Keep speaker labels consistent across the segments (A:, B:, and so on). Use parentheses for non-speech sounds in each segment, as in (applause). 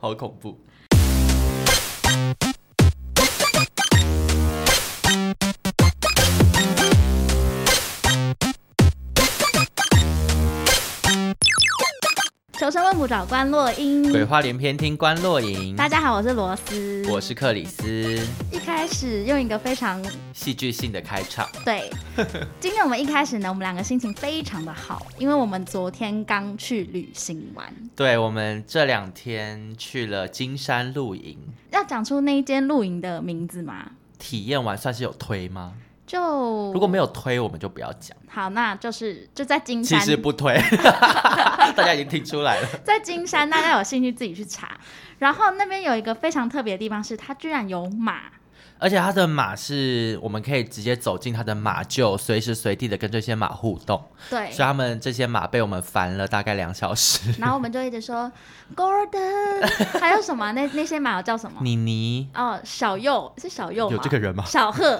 A: 好恐怖。
B: 求生问卜找关洛英。
A: 鬼话连篇，听关洛影。
B: 大家好，我是罗斯。
A: 我是克里斯，
B: 一开始用一个非常
A: 戏剧性的开场。 (laughs)
B: 对，今天我们一开始呢，我们两个心情非常的好，因为我们昨天刚去旅行完。
A: 对我们这两天去了金山露营，
B: 要讲出那一间露营的名字吗？
A: 体验完算是有推吗？
B: 就
A: 如果没有推，我们就不要讲。
B: 好，那就是就在金
A: 其
B: 山，
A: 实不推，大家已经听出来了。
B: (laughs) 在金山，大家有兴趣自己去查。然后那边有一个非常特别的地方是，它居然有马。
A: 而且它的马是我们可以直接走进它的马厩，随时随地的跟这些马互动。
B: 对
A: (laughs) 所以，他们这些马被我们烦了大概两小时。
B: 然后我们就一直说
A: (laughs)
B: Gordon，还有什么啊？那那些马叫什么？
A: 妮妮
B: 哦，小右是小右吗
A: 有这个人吗？
B: 小鹤，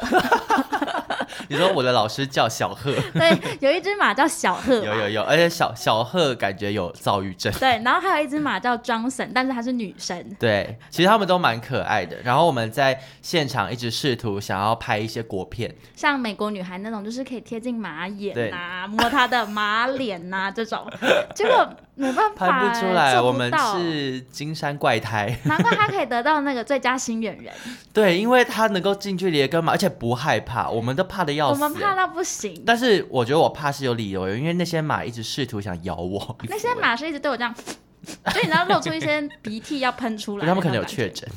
A: (laughs) 你说我的老师叫小贺，
B: 对，有一只马叫小鹤
A: 有
B: 嘛，
A: (laughs) 有有，而且小小贺感觉有躁郁症。 (laughs)
B: 对，然后还有一只马叫 Johnson，但是它是女生，
A: 对，其实他们都蛮可爱的。然后我们在现场一直试图想要拍一些国片，
B: 像美国女孩那种，就是可以贴近马眼呐、摸她的马脸呐、这种，
A: (laughs)
B: 结果没办法、
A: 拍不出来。
B: 做
A: 我们
B: 到
A: 是金山怪胎， (laughs)
B: 难怪他可以得到那个最佳新演员，
A: 对，因为他能够近距离的跟马，而且不害怕，我们都怕的要
B: 我
A: 死。
B: 们怕到不行。
A: 但是我觉得我怕是有理由的，因为那些马一直试图想咬我。
B: (laughs) 那
A: (laughs)
B: 些，马是一直对我这样，所以你要露出一些鼻涕要喷出来。
A: (laughs) 他们可能有确诊，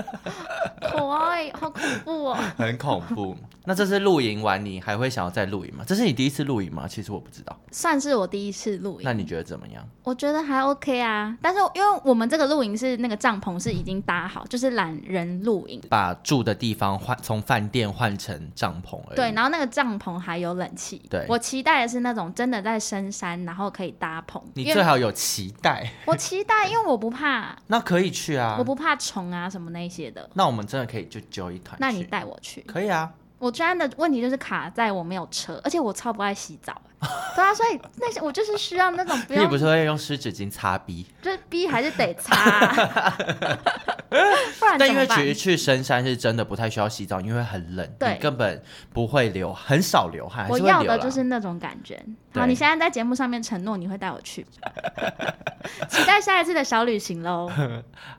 B: 怖，哎， (laughs) 好恐怖哦！
A: (laughs) 很恐怖。那这次露营完，你还会想要再露营吗？这是你第一次露营吗？其实我不知道。
B: 算是我第一次露
A: 那
B: 营，
A: 你觉得怎么样？
B: 我觉得还 OK 啊。但是因为我们这个露营是那个帐篷是已经搭好，就是懒人露营。
A: 把住的地方换从饭店换成帐篷而已。
B: 对，然后那个帐篷还有冷气。
A: 对
B: 我期待的是那种真的在深山，然后可以搭棚。
A: 你
B: 因
A: 最
B: 为
A: 好有期待，
B: 我期待，因为我不怕，
A: 那可以去啊
B: 我。不怕虫啊什么那些的。
A: 那我们真的可以就揪一团去。
B: 那你带我去。
A: 可以啊，
B: 我居然的问题就是卡在我没有车，而且我超不爱洗
A: (laughs)
B: 澡。对啊，所以那些我就是需要那种不
A: 你
B: 用，
A: 不是会用湿纸巾擦鼻？
B: 就是逼还是得擦
A: (laughs)
B: (laughs) 啊、不然
A: 但
B: 怎
A: 因
B: 么
A: 为其实
B: 办？
A: 去深山是真的不太需要洗澡，因为很冷，
B: 对
A: 你根本不会流，很少流汗，还
B: 我
A: 是会
B: 要
A: 流
B: 的
A: 啦
B: 就是那种感觉。
A: 对
B: 好，你现在在节目上面承诺你会带我去，
A: (laughs)
B: 期待下一次的小旅行喽。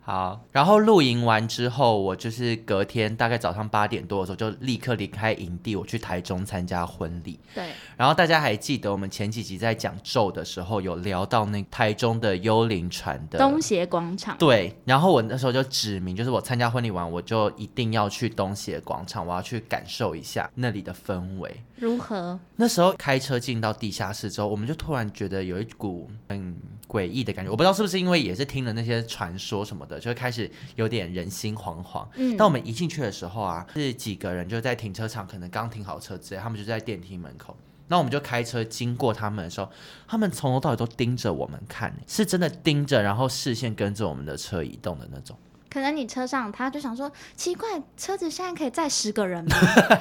A: 好。然后露营完之后，我就是隔天大概早上八点多的时候就立刻离开营地，我去台中参加婚礼。
B: 对，
A: 然后大家还记得我们前几集在讲咒的时候，有聊到那台中的幽灵船的
B: 东协广场。
A: 对，然后我那时候就指明，就是我参加婚礼完，我就一定要去东协广场，我要去感受一下那里的氛围。
B: 如何？
A: 那时候开车进到地下室之后，我们就突然觉得有一股很诡异的感觉，我不知道是不是因为也是听了那些传说什么的，就开始有点人心惶惶。
B: 嗯
A: 当我们一进去的时候啊，是几个人就在停车场，可能刚停好车之类，他们就在电梯门口。那我们就开车经过他们的时候，他们从头到尾都盯着我们看，是真的盯着，然后视线跟着我们的车移动的那种。
B: 可能你车上他就想说，奇怪，车子现在可以载十个人吗？
A: (laughs)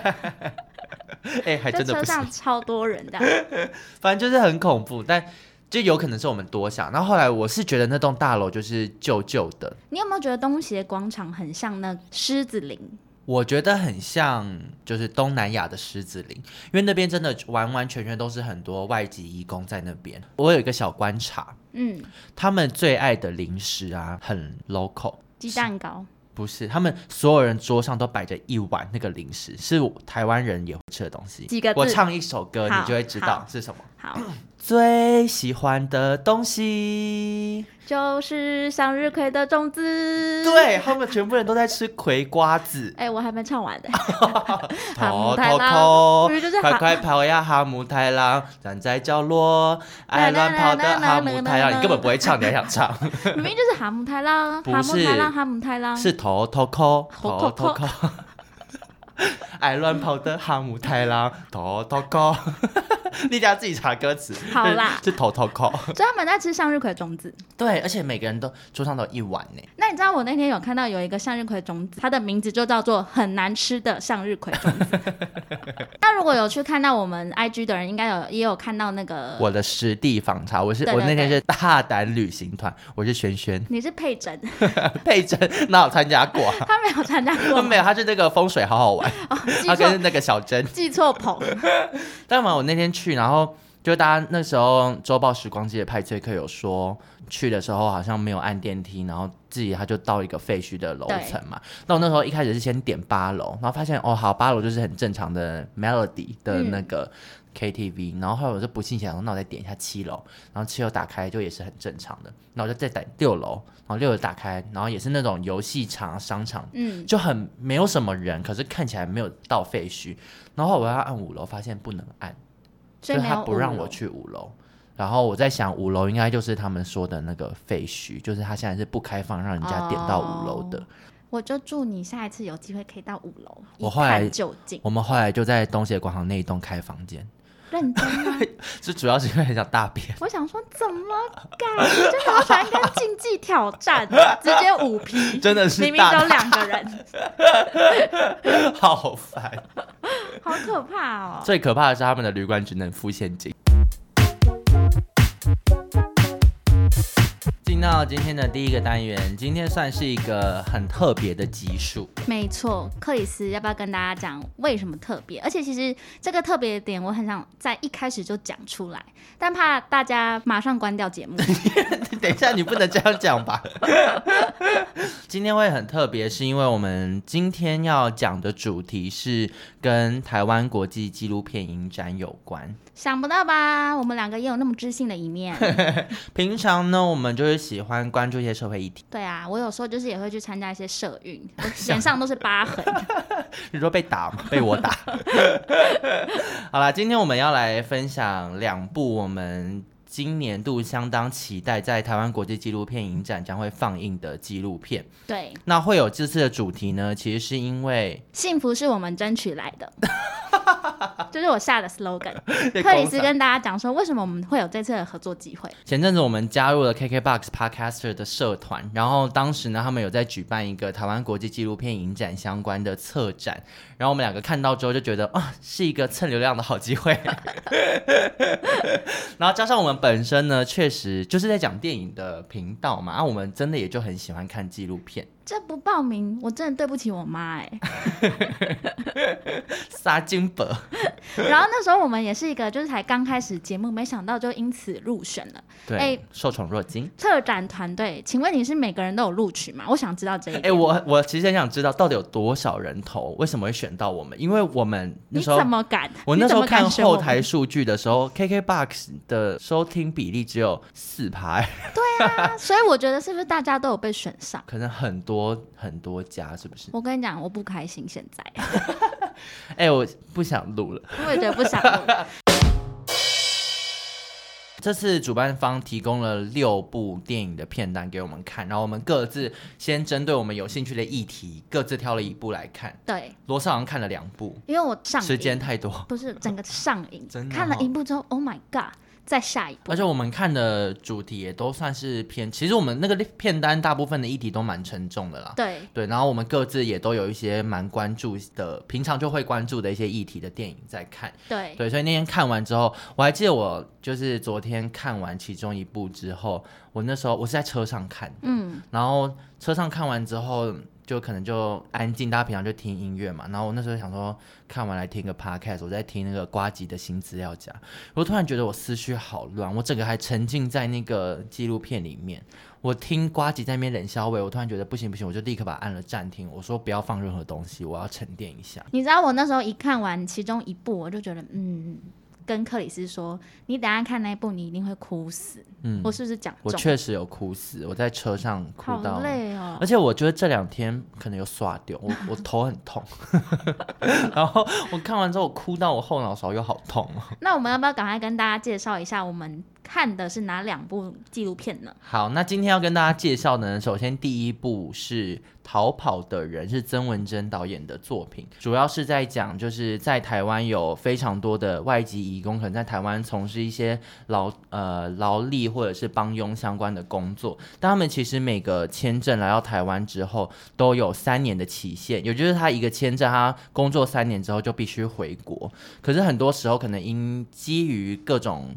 A: 哎、 (laughs) 还
B: 在
A: 真的
B: 车
A: 不是，
B: 上超多人的，
A: (laughs) 反正就是很恐怖，但就有可能是我们多想。然后后来我是觉得那栋大楼就是旧旧的，
B: 你有没有觉得东协广场很像那狮子林？
A: 我觉得很像就是东南亚的狮子林，因为那边真的完完全全都是很多外籍义工在那边。我有一个小观察，
B: 嗯，
A: 他们最爱的零食啊，很 local。
B: 鸡蛋糕。
A: 不是，他们所有人桌上都摆着一碗那个零食，是台湾人也会吃的东西。
B: 几个字
A: 我唱一首歌，
B: 好
A: 你就会知道是什么。
B: 好， (clears throat)
A: 最喜欢的东西，
B: 就是向日葵的种子。，
A: 对他们全部人都在吃葵瓜子。
B: 哎、我还没
A: (laughs)
B: 唱完的。 (laughs) 哈姆
A: 头
B: 太
A: 头
B: 郎
A: 头
B: 不是就是，
A: 快
B: 哈
A: 快跑呀，哈姆太郎！站在角落，爱乱跑的哈姆太郎。你根本不会唱，你还想唱？
B: (laughs) 明明就是哈姆太郎，
A: 不
B: 哈姆太郎，
A: 是
B: 哈姆太郎。
A: 是头头扣，
B: 头
A: 头
B: 头
A: 头扣。 (laughs) 爱乱跑的哈姆太郎，头头扣。丽佳自己查歌词，
B: 好啦
A: 是头头扣。
B: 所以他们在吃向日葵种子。
A: 对，而且每个人都桌上都有一碗呢。
B: 那你知道我那天有看到有一个向日葵种子，它的名字就叫做很难吃的向日葵种
A: (laughs)
B: 子。那如果有去看到我们 IG 的人，应该有也有看到那个，
A: 我的实地访查，我是
B: 嗯对对
A: 我那天
B: 对
A: 是大胆旅行团，我是轩轩
B: 你是佩珍，
A: (laughs) 佩珍，哪有参加过、啊？
B: (laughs) 他没有参加
A: (laughs)
B: 过，
A: 没有，他是那个风水好好
B: (laughs)
A: 玩，
B: 哦，记
A: 他
B: 错
A: 跟那个小珍。
B: 记错棚，
A: 但嘛，我那天去，然后就大家那时候周报时光机的派对课有说，去的时候好像没有按电梯，然后自己他就到一个废墟的楼层嘛。那我那时候一开始是先点八楼，然后发现哦好，八楼就是很正常的 melody 的那个 KTV，、然后后来我就不信邪，那我再点一下七楼，然后七楼打开就也是很正常的，那我就再点六楼，然后六楼打开，然后也是那种游戏场、商场
B: 嗯，
A: 就很没有什么人，可是看起来没有到废墟。然后我要按五楼，发现不能按，
B: 所以
A: 就
B: 没
A: 是
B: 有
A: 他不让我
B: 五楼。
A: 去五楼。然后我在想，五楼应该就是他们说的那个废墟，就是他现在是不开放让人家点到五楼的。
B: 我就祝你下一次有机会可以到五楼，
A: 我
B: 一
A: 后来
B: 探究竟，
A: 我们后来就在东协广场那一栋开房间，
B: 认真吗？
A: 是主要是因为很想大便。
B: 我想说，怎么敢？你就好喜欢跟竞技挑战，啊直接五
A: (laughs)
B: 批，
A: 真的是
B: 明明
A: 大
B: 只有两个人， (laughs)
A: 好烦！
B: 好可怕哦！
A: 最可怕的是他们的旅馆只能付现金。进到今天的第一个单元，今天算是一个很特别的集数。
B: 没错，克里斯要不要跟大家讲为什么特别？而且其实这个特别的点，我很想在一开始就讲出来，但怕大家马上关掉
A: (laughs)
B: 节目。
A: 等一下，你不能这样讲吧？ (laughs) 今天会很特别，是因为我们今天要讲的主题是跟台湾国际纪录片影展有关。
B: 想不到吧？我们两个也有那么知性的
A: (laughs)
B: 一面。
A: 平常呢，我们就是喜欢关注一些社会议题，
B: 对啊，我有时候就是也会去参加一些社运，我脸上都是疤
A: (laughs)
B: 痕。
A: 你说被打吗？被我打。 (laughs) 好啦，今天我们要来分享两部我们。今年度相当期待在台湾国际纪录片影展将会放映的纪录片，
B: 对，
A: 那会有这次的主题呢？其实是因为
B: 幸福是我们争取来
A: (laughs)
B: 的，这是我下的 slogan。
A: 被
B: 克里
A: 攻
B: 斯
A: 上
B: 跟大家讲说，为什么我们会有这次的合作机会？
A: 前阵子我们加入了 KKBOX Podcaster 的社团，然后当时呢，他们有在举办一个台湾国际纪录片影展相关的策展，然后我们两个看到之后就觉得啊、是一个蹭流量的好机会。 (laughs) 然后加上我们本身呢，确实就是在讲电影的频道嘛，啊，我们真的也就很喜欢看纪录片，
B: 这不报名，我真的对不起我妈哎、
A: (laughs) 撒金箔。
B: 然后那时候我们也是一个，就是才刚开始节目，没想到就因此入选了
A: 对，
B: 哎
A: 受宠若惊。
B: 策展团队。请问你是每个人都有录取吗？我想知道这一
A: 哎、
B: 点。
A: 我我其实很想知道到底有多少人投，为什么会选到我们？因为我们那
B: 你
A: 时候
B: 怎么敢？
A: 我那时候
B: 你怎么敢
A: 看
B: 选我
A: 后
B: 们
A: 台数据的时候，KKBOX 的收听比例只有四排，
B: 啊，所以我觉得是不是大家都有被选上？
A: (laughs) 可能很多很多家，是不是？
B: 我跟你讲，我不开心，现在
A: 哎、我不想录了。
B: 我也觉得不
A: (laughs)
B: 想录。
A: 这次主办方提供了六部电影的片单给我们看，然后我们各自先针对我们有兴趣的议题，各自挑了一部来看。
B: 对，
A: 罗少好像看了两部，
B: 因为我上瘾
A: 时间太多，
B: 不是整个上瘾，
A: 真的
B: 看了
A: 哦
B: 一部之后，Oh my God，再下一
A: (laughs)
B: 部
A: 而。且我们看的主题也都算是偏，其实我们那个片单大部分的议题都蛮沉重的啦。
B: 对，
A: 对，然后我们各自也都有一些蛮关注的，平常就会关注的一些议题的电影在看。
B: 对，
A: 对，所以那天看完之后，我还记得我就是昨天看完其中一部之后，我那时候我是在车上看，
B: 嗯，
A: 然后车上看完之后。就可能就安静，大家平常就听音乐嘛。然后我那时候想说，看完来听个 podcast，我在听那个瓜吉的新资料夹，我突然觉得我思绪好乱，我整个还沉浸在那个纪录片里面。我听瓜吉在那边冷笑话，我突然觉得不行不行，我就立刻把它按了暂停，我说不要放任何东西，我要沉淀一下。
B: 你知道我那时候一看完其中一部，我就觉得，嗯，跟克里斯说，你等一下看那一部，你一定会哭死。
A: 嗯，
B: 我是不是讲
A: 我
B: 中？
A: 确实有哭死，我在车上哭
B: 好
A: 到，
B: 累哦
A: 而。且我觉得这两天可能有刷掉，我我头很痛， (laughs) 然后我看完之后我哭到我后脑勺又好痛哦。
B: 那我们要不要赶快跟大家介绍一下我们看的是哪两部纪录片呢？
A: 好，那今天要跟大家介绍的呢，首先第一部是《逃跑的人》，是曾文珍导演的作品，主要是在讲就是在台湾有非常多的外籍移工，可能在台湾从事一些劳呃劳力或者是帮佣相关的工作，但他们其实每个签证来到台湾之后都有三年的期限，也就是他一个签证，他工作三年之后就必须回国，可是很多时候可能因基于各种。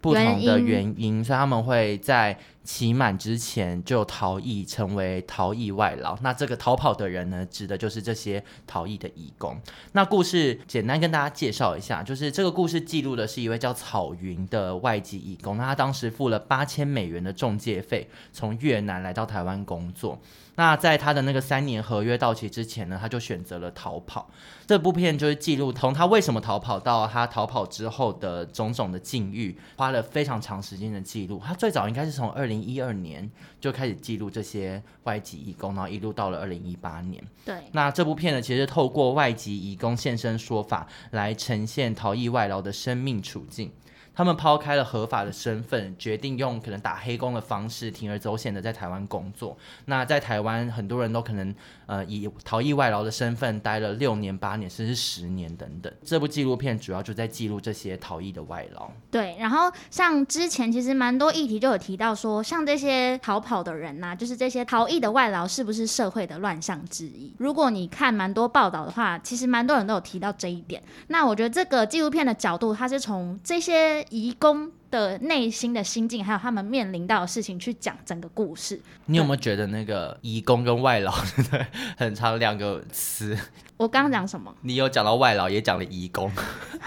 A: 不同的
B: 原
A: 原因，所以他们会在期满之前就逃逸，成为逃逸外劳。那这个逃跑的人呢，指的就是这些逃逸的义工。那故事简单跟大家介绍一下，就是这个故事记录的是一位叫草云的外籍义工，那他当时付了八千美元的中介费，从越南来到台湾工作。那在他的那个三年合约到期之前呢，他就选择了逃跑。这部片就是记录从他为什么逃跑到他逃跑之后的种种的境遇，花了非常长时间的记录。他最早应该是从二零一二年就开始记录这些外籍义工，然后一路到了二零一八年。
B: 对，
A: 那这部片呢，其实透过外籍移工现身说法来呈现逃逸外劳的生命处境。他们抛开了合法的身份，决定用可能打黑工的方式，铤而走险的在台湾工作。那在台湾，很多人都可能呃以逃逸外劳的身份待了六年、八年，甚至十年等等。这部纪录片主要就在记录这些逃逸的外劳。
B: 对，然后像之前其实蛮多议题就有提到说，像这些逃跑的人呐、就是这些逃逸的外劳，是不是社会的乱象之一？如果你看蛮多报道的话，其实蛮多人都有提到这一点。那我觉得这个纪录片的角度，它是从这些移工的内心的心境，还有他们面临到的事情去讲整个故事。
A: 你有没有觉得那个移工跟外劳 (laughs) 真的很长两个词？
B: 我刚刚讲什么？
A: 你有讲到外劳，也讲了移工， (laughs)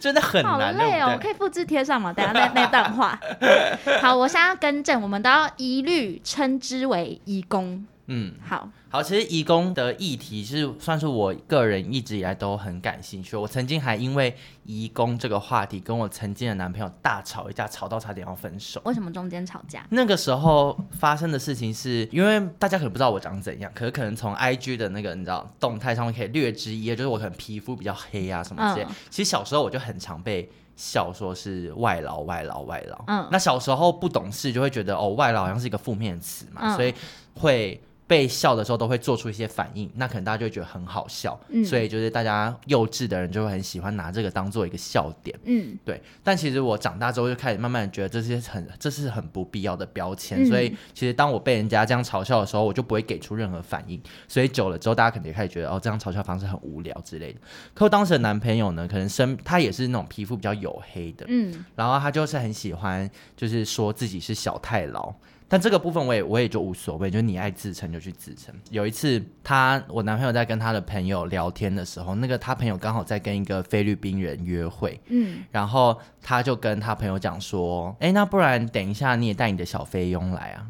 A: 真的很
B: 好
A: 难，
B: 累哦，
A: 对
B: 我
A: 不
B: 可以复制贴上吗？等一下那那段话。 (laughs) 好，我现在要更正，我们都要一律称之为移工。
A: 对？嗯，
B: 好，
A: 好，其实移工的议题是算是我个人一直以来都很感兴趣。我曾经还因为移工这个话题跟我曾经的男朋友大吵一架，吵到差点要分手。
B: 为什么中间吵架？
A: 那个时候发生的事情是，因为大家可能不知道我长怎样，可是可能从 IG 的那个你知道动态上面可以略知一二，就是我可能皮肤比较黑啊什么之类。
B: 嗯
A: 其实小时候我就很常被笑说是外劳、外劳、外劳。
B: 嗯
A: 那小时候不懂事就会觉得哦，外劳好像是一个负面词嘛，
B: 嗯
A: 所以会。被笑的时候都会做出一些反应，那可能大家就会觉得很好笑，
B: 嗯
A: 所以就是大家幼稚的人就会很喜欢拿这个当做一个笑点。
B: 嗯，
A: 对，但其实我长大之后就开始慢慢地觉得这些很这是很不必要的标签，
B: 嗯
A: 所以其实当我被人家这样嘲笑的时候，我就不会给出任何反应。所以久了之后，大家可能也开始觉得哦，这样嘲笑方式很无聊之类的。可我当时的男朋友呢，可能身他也是那种皮肤比较黝黑的，
B: 嗯，
A: 然后他就是很喜欢，就是说自己是小太牢。但这个部分我也我也就无所谓，就是你爱自称就去自称。有一次他，我男朋友在跟他的朋友聊天的时候，那个他朋友刚好在跟一个菲律宾人约会，
B: 嗯，
A: 然后他就跟他朋友讲说：“哎，那不然等一下你也带你的小菲佣来啊。”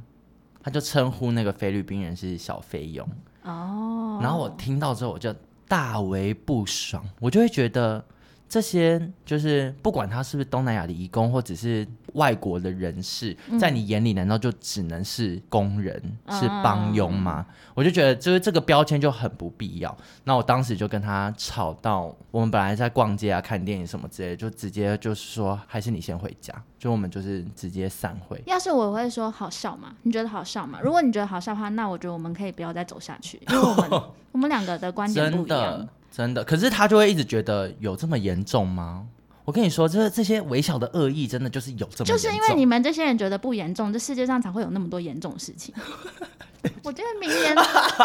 A: 他就称呼那个菲律宾人是小菲佣。
B: 哦，
A: 然后我听到之后，我就大为不爽，我就会觉得这些就是不管他是不是东南亚的移工，或者是外国的人士，在你眼里难道就只能是工人、是帮佣吗？我就觉得就是这个标签就很不必要。那我当时就跟他吵到，我们本来在逛街啊、看电影什么之类的，就直接就是说还是你先回家，就我们就是直接散会。
B: 要是我会说好笑吗？你觉得好笑吗？如果你觉得好笑的话，那我觉得我们可以不要再走
A: (laughs)
B: 下去，因为我们我们两个的观点
A: 真
B: 不一样
A: 的。真的，可是他就会一直觉得有这么严重吗？我跟你说，这这些微小的恶意，真的就是有这么严重。
B: 就是因为你们这些人觉得不严重，这世界上才会有那么多严重的
A: (laughs)
B: 事情。我觉得明年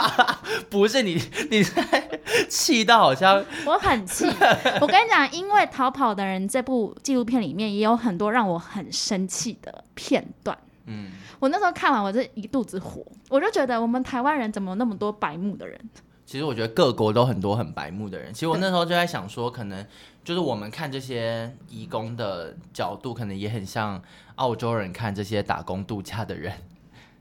A: (laughs) 不是你，你在气到好像
B: 我很气。我跟你讲，因为《逃跑的人》这部纪录片里面也有很多让我很生气的片段。嗯，我那时候看完，我这一肚子火，我就觉得我们台湾人怎么有那么多白目的人？
A: 其实我觉得各国都很多很白目的人。其实我那时候就在想说，可能就是我们看这些义工的角度，可能也很像澳洲人看这些打工度假的人。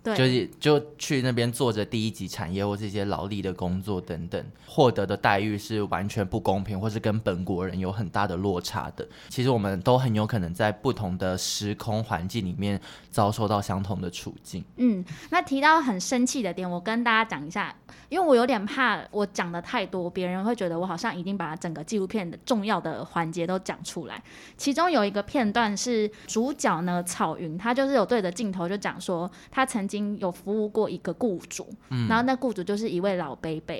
B: 对
A: 就是就去那边做着第一级产业或是一些劳力的工作等等，获得的待遇是完全不公平，或是跟本国人有很大的落差的。其实我们都很有可能在不同的时空环境里面遭受到相同的处境。
B: 嗯，那提到很生气的点，我跟大家讲一下，因为我有点怕我讲的太多，别人会觉得我好像已经把整个纪录片的重要的环节都讲出来。其中有一个片段是主角呢草云，他就是有对着镜头就讲说，他曾经有服务过一个雇主，然后那雇主就是一位老伯伯，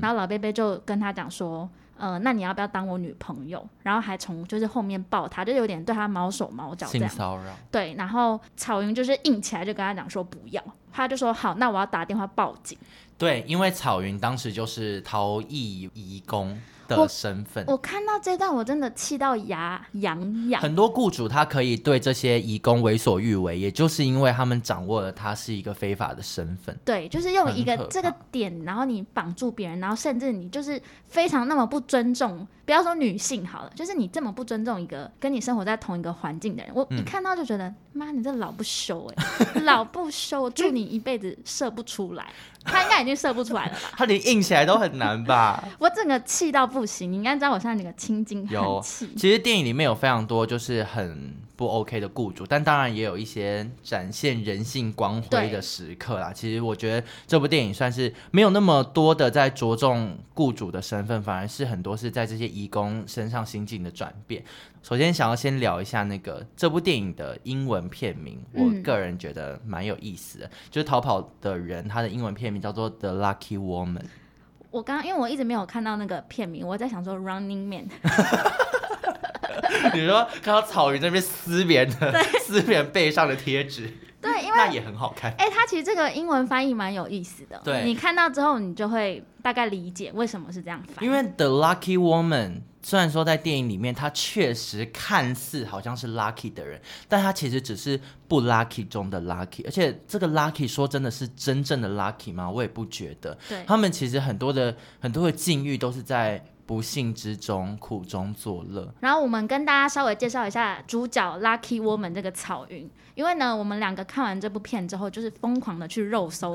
B: 然后老伯伯就跟他讲说。呃，那你要不要当我女朋友？然后还从就是后面抱他，就有点对他毛手毛脚这
A: 性
B: 样。
A: 骚扰，
B: 对，然后草云就是硬起来就跟他讲说不要，他就说好，那我要打电话报警。
A: 对，因为草云当时就是逃逸移工
B: 我
A: 的身份，
B: 我看到这段我真的气到牙痒痒。
A: 很多雇主他可以对这些移工为所欲为，也就是因为他们掌握了他是一个非法的身份。
B: 对，就是用一个
A: 很可怕
B: 这个点，然后你绑住别人，然后甚至你就是非常那么不尊重，不要说女性好了，就是你这么不尊重一个跟你生活在同一个环境的人，
A: 嗯
B: 我一看到就觉得，妈，你这老不休哎、老不休，我祝你一辈子射不出来。他应该已经射不出来了吧？
A: 他连硬起来都很难吧？
B: 我整个气到不行，你应该知道我现在那个青筋很
A: 有啊
B: 气。
A: 其实电影里面有非常多就是很不 OK 的雇主，但当然也有一些展现人性光辉的时刻啦。其实我觉得这部电影算是没有那么多的在着重雇主的身份，反而是很多是在这些移工身上心境的转变。首先想要先聊一下那个这部电影的英文片名，我
B: 嗯
A: 个人觉得蛮有意思的，就是逃跑的人，他的英文片名叫做《The Lucky Woman》。
B: 我刚因为我一直没有看到那个片名，我在想说 Running Man，
A: (laughs) 你说看到草原那边撕别人的 (laughs) 撕别人背上的贴纸，
B: (laughs) 对，因为
A: 那也很好看。
B: 哎、它其实这个英文翻译蛮有意思的，
A: 对
B: 你看到之后你就会大概理解为什么是这样翻，
A: 因为 The Lucky Woman 虽然说在电影里面，她确实看似好像是 lucky 的人，但她其实只是不 lucky 中的 lucky。而且这个 lucky 说真的是真正的 lucky 吗？我也不觉得。
B: 对
A: 他们其实很多的很多的境遇都是在不幸之中苦中作乐。
B: 然后我们跟大家稍微介绍一下主角 Lucky Woman 这个草云，因为呢，我们两个看完这部片之后，就是疯狂的去肉搜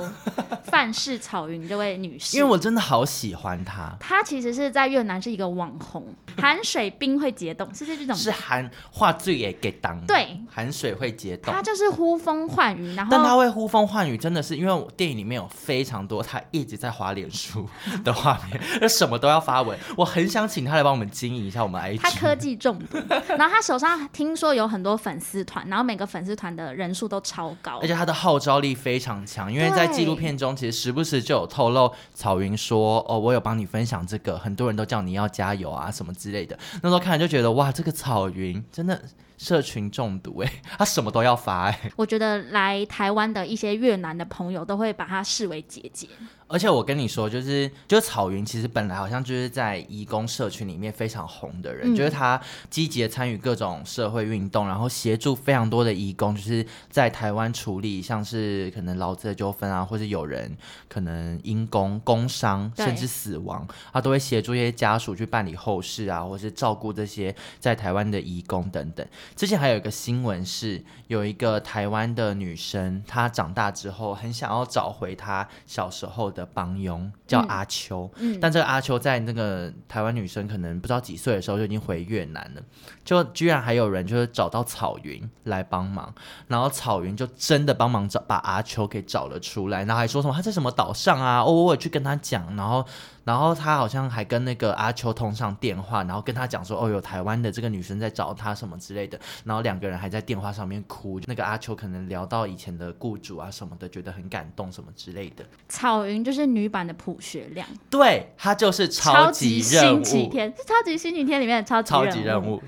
B: 范氏草云这位女士，
A: 因为我真的好喜欢她。
B: 她其实是在越南是一个网
A: (laughs)
B: 红，含水冰会解冻，是这种，
A: 是含话最也给当，
B: 对，
A: 含水会结冻，
B: 她就是呼风唤雨，然
A: 但
B: 后
A: 他会呼风唤雨，真的是因为我电影里面有非常多他一直在滑脸
B: (laughs)
A: 书的画面，就什么都要发文。我很想请他来帮我们经营一下我们 IG。
B: 他科技中毒，然后他手上听说有很多粉丝团，然后每个粉丝团的人数都超高
A: 而。且他的号召力非常强，因为在纪录片中，其实时不时就有透露草云说：“哦，我有帮你分享这个，很多人都叫你要加油啊，什么之类的。”那时候看了就觉得，哇，这个草云真的社群中毒哎、他什么都要发哎、
B: 我觉得来台湾的一些越南的朋友都会把她视为姐姐，
A: 而且我跟你说，就是就是草云，其实本来好像就是在义工社群里面非常红的人，
B: 嗯
A: 就是他积极的参与各种社会运动，然后协助非常多的义工，就是在台湾处理像是可能劳资的纠纷啊，或是有人可能因工、工伤
B: 对
A: 甚至死亡，他都会协助一些家属去办理后事啊，或是照顾这些在台湾的义工等等。之前还有一个新闻是，有一个台湾的女生，她长大之后很想要找回她小时候的帮佣，叫
B: 嗯
A: 阿秋。
B: 嗯
A: 但这个阿秋在那个台湾女生可能不知道几岁的时候就已经回越南了，就居然还有人就是找到草云来帮忙，然后草云就真的帮忙找把阿秋给找了出来，然后还说什么他在什么岛上啊，哦，我有去跟他讲，然后然后他好像还跟那个阿秋通上电话，然后跟他讲说，哦，有台湾的这个女生在找他什么之类的，然后两个人还在电话上面哭，那个阿秋可能聊到以前的雇主啊什么的，觉得很感动什么之类的，
B: 草云就是女版的朴学亮，
A: 对他就是
B: 级嗯
A: 级任
B: 星
A: 务。
B: 期天是超级星期天里面的超级
A: 超级
B: 任
A: 任，务，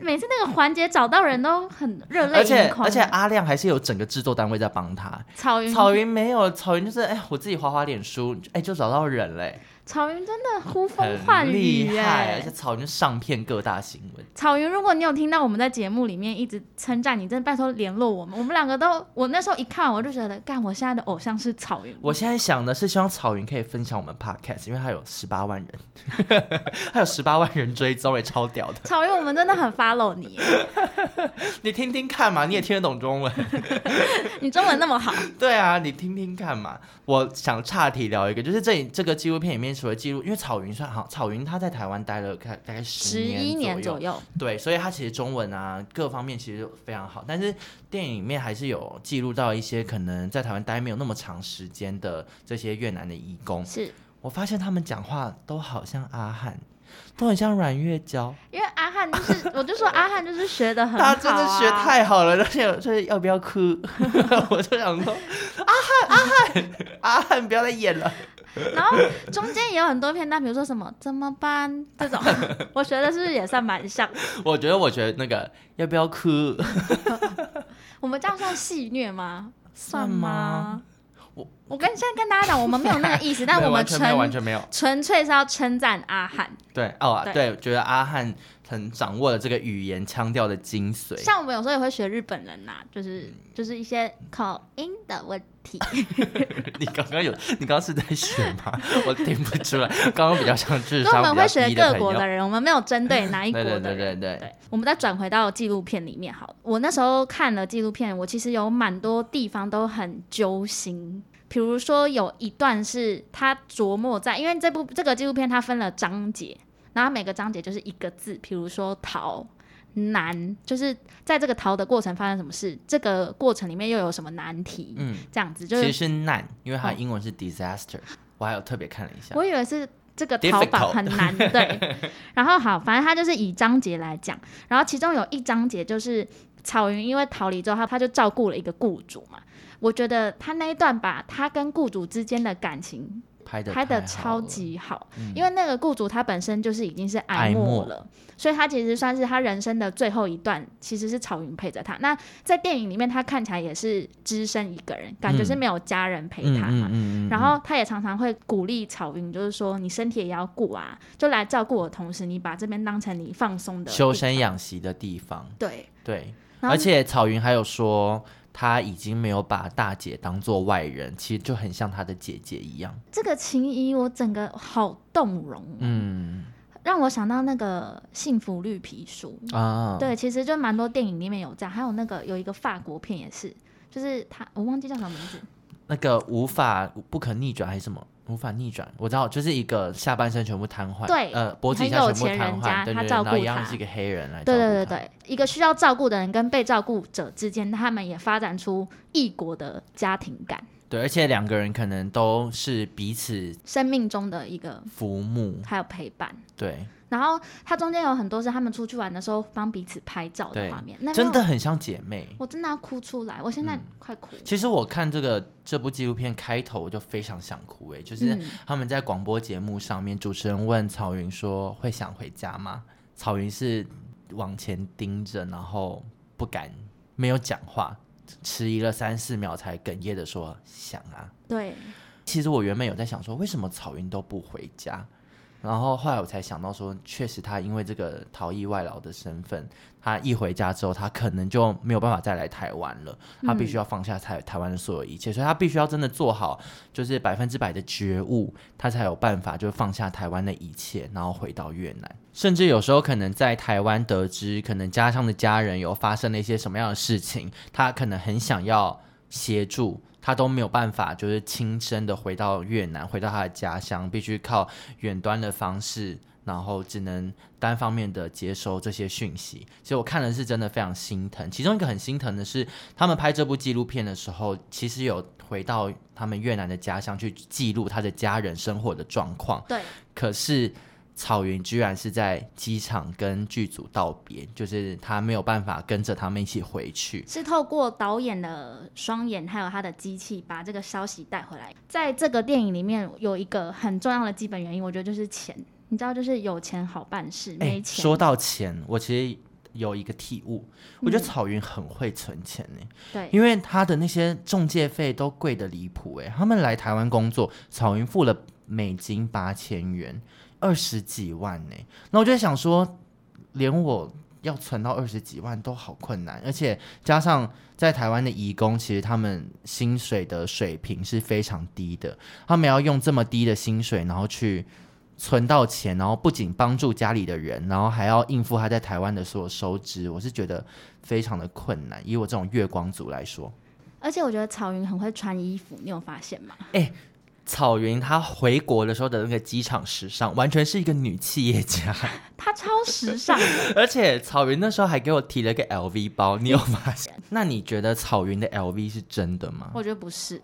B: 每次那个环节找到人都很热泪
A: 而且
B: 盈眶。嗯
A: 而且阿亮还是有整个制作单位在帮他。
B: 草云
A: 草云没有，草云就是哎，我自己滑滑脸书，哎，就找到人嘞、
B: 草云真的呼风唤
A: 很
B: 雨
A: 厉
B: 耶、
A: 害，而且草原上片各大新闻。
B: 草云，如果你有听到我们在节目里面一直称赞你，真的拜托联络我们。我们两个都，我那时候一看完我就觉得，干，我现在的偶像是草云。
A: 我现在想的是，希望草云可以分享我们 podcast，因为他有十八万人， (laughs) 他有十八万人追踪，也哎超屌的。
B: 草云，我们真的很 follow 你耶，
A: (laughs) 你听听看嘛，你也听得懂中文。
B: 你中文那么好。
A: 对啊，你听听看嘛。我想岔题聊一个，就是这这个纪录片里面除了记录，因为草云算好，草云他在台湾待了大大概
B: 十
A: 十
B: 一年
A: 左
B: 左
A: 右，
B: 右，
A: 对，所以他其实中文啊各方面其实非常好，但是电影里面还是有记录到一些可能在台湾待没有那么长时间的这些越南的义工，
B: 是
A: 我发现他们讲话都好像阿汉，都很像阮月娇，
B: 因为阿汉就是，我就说阿汉就是学的很好、
A: 他
B: 啊，
A: 真的学太好了，而且就是要不要哭， (laughs) 我就想说阿汉阿汉阿汉不要再演了。
B: 然后中间也有很多片段，比如说什么怎么办这
A: (laughs)
B: 种，我学的是不是也算蛮像？
A: 我觉得我觉得那个要不要哭，
B: 我们这样算戏虐吗？
A: 算
B: 吗
A: 吗？
B: 我
A: 我
B: 我跟现在跟大家讲，我们没有那个意思，但
A: (laughs) 没
B: 我
A: 有
B: 们
A: 完全没有完
B: 纯
A: 全没有。
B: 纯粹是要称赞阿汉。
A: 对哦
B: 对
A: 对，觉得阿汉很掌握了这个语言腔调的精髓。
B: 像我们有时候也会学日本人呐、
A: 嗯
B: 就是就是一些口音的问题。
A: (laughs) 你刚刚有你刚刚是在学吗？ (laughs) 我听不出
B: (laughs)
A: 来，刚刚比较像智
B: 所以
A: 商
B: 我们
A: 比较
B: 会学
A: 低的
B: 各
A: 朋
B: 国
A: 友
B: 的。人，我们没有针对哪一国
A: 对
B: 的
A: 对对
B: 人。
A: 对对
B: 对，我们再转回到纪录片里面好了。我那时候看了纪录片，我其实有蛮多地方都很揪心。比如说有一段是他琢磨在，因为这部这个纪录片它分了章节，然后每个章节就是一个字，比如说逃。难就是在这个逃的过程发生什么事，这个过程里面又有什么难题，
A: 嗯，
B: 这样子就
A: 其实
B: 是嗯
A: 是难，因为它的英文是 disaster，、我还有特别看了一下。
B: 我以为是这个逃法
A: Difficult
B: 很
A: (laughs)
B: 难，对。然后好，反正他就是以章节来讲，然后其中有一章节就是草云因为逃离之后，他他就照顾了一个雇主嘛。我觉得他那一段把他跟雇主之间的感情
A: 拍的
B: 拍的
A: 太好
B: 超
A: 了嗯
B: 级好，因为那个雇主他本身就是已经是
A: 癌
B: 癌末
A: 末
B: 了，所以他其实算是他人生的最后一段，其实是草云陪着他。那在电影里面，他看起来也是只身一个人，感觉是
A: 嗯
B: 没有家人陪
A: 嗯
B: 他嘛。
A: 嗯嗯嗯，
B: 然后他也常常会鼓励草云，就是说你身体也要顾啊，就来照顾我的同时，你把这边当成你放松的
A: 修
B: 地
A: 身养习的地方，
B: 对，
A: 对，
B: 然后
A: 而且草云还有说。他已经没有把大姐当做外人，其实就很像他的姐姐一样。
B: 这个情谊我整个好动容、嗯，
A: 嗯
B: 让我想到那个《幸福绿皮书》
A: 啊，
B: 对，其实就蛮多电影里面有这样，还有那个有一个法国片也是，就是他我忘记叫什么名字，
A: 那个无法不可逆转还是什么？无法逆转，我知道，就是一个下半身全部瘫痪，
B: 对
A: 呃，脖子以
B: 很
A: 下
B: 有
A: 全部
B: 钱
A: 瘫
B: 人家
A: 痪，对
B: 他
A: 对对，
B: 照
A: 然
B: 顾
A: 后一样
B: 他
A: 是一个黑人来照
B: 对
A: 顾
B: 对对
A: 他，
B: 对，一个需要照顾的人跟被照顾者之间，他们也发展出异国的家庭感，
A: 对，而且两个人可能都是彼此
B: 生命中的一个
A: 服务，
B: 还有陪伴。
A: 对，
B: 然后它中间有很多是他们出去玩的时候帮彼此拍照的
A: 对
B: 画面，那
A: 真的嗯
B: 让
A: 很像姐妹
B: 我，。我真的要哭出来，我现在快哭。
A: 其实我看这个这部纪录片开头，我就非常想哭诶、欸就是
B: 嗯
A: 他们在广播节目上面，主持人问草云说：“会想回家吗？”草云是往前盯着，然后不敢，没有讲话，迟疑了三四秒才哽咽的说：“想啊。
B: 对，”
A: 其实我原本有在想说，为什么草云都不回家？然后后来我才想到说，确实他因为这个逃逸外劳的身份，他一回家之后，他可能就没有办法再来台湾了，他必须要放下台台湾的所有一切，所以他必须要真的做好就是百分之百的觉悟，他才有办法就是放下台湾的一切，然后回到越南。甚至有时候可能在台湾得知，可能家乡的家人有发生了一些什么样的事情，他可能很想要协助。他都没有办法，就是亲身的回到越南，回到他的家乡，必须靠远端的方式，然后只能单方面的接收这些讯息。其实我看的是真的非常心疼。其中一个很心疼的是，他们拍这部纪录片的时候，其实有回到他们越南的家乡去记录他的家人生活的状况。
B: 对，
A: 可是草原居然是在机场跟剧组道别，就是他没有办法跟着他们一起回去。
B: 是透过导演的双眼还有他的机器把这个消息带回来。在这个电影里面有一个很重要的基本原因，我觉得就是钱。你知道，就是有钱好办事，
A: 哎、
B: 没钱
A: 说到钱，我其实有一个体悟，我觉
B: 嗯
A: 得草原很会存钱呢、
B: 对，
A: 因为
C: 欸
A: 他的那些中介费都贵的离谱哎，他们来台湾工作，草云付了
C: 美金八千元，二十几万呢、那我就在想说，连我要存到二十几万都好困难，而且加上在台湾的移工，其实他们薪水的水平是非常低的，他们要用这么低的薪水，然后去。存到钱，然后不仅帮助家里的人，然后还要应付他在台湾的所有收支，我是觉得非常的困难。以我这种月光族来说，
B: 而且我觉得草云很会穿衣服，你有发现吗？
A: 草云她回国的时候的那个机场时尚，完全是一个女企业家。 (laughs)
B: 她超时尚的，
A: 而且草云那时候还给我提了个 LV 包，你有发现？那你觉得草云的 LV 是真的吗？
B: 我觉得不是，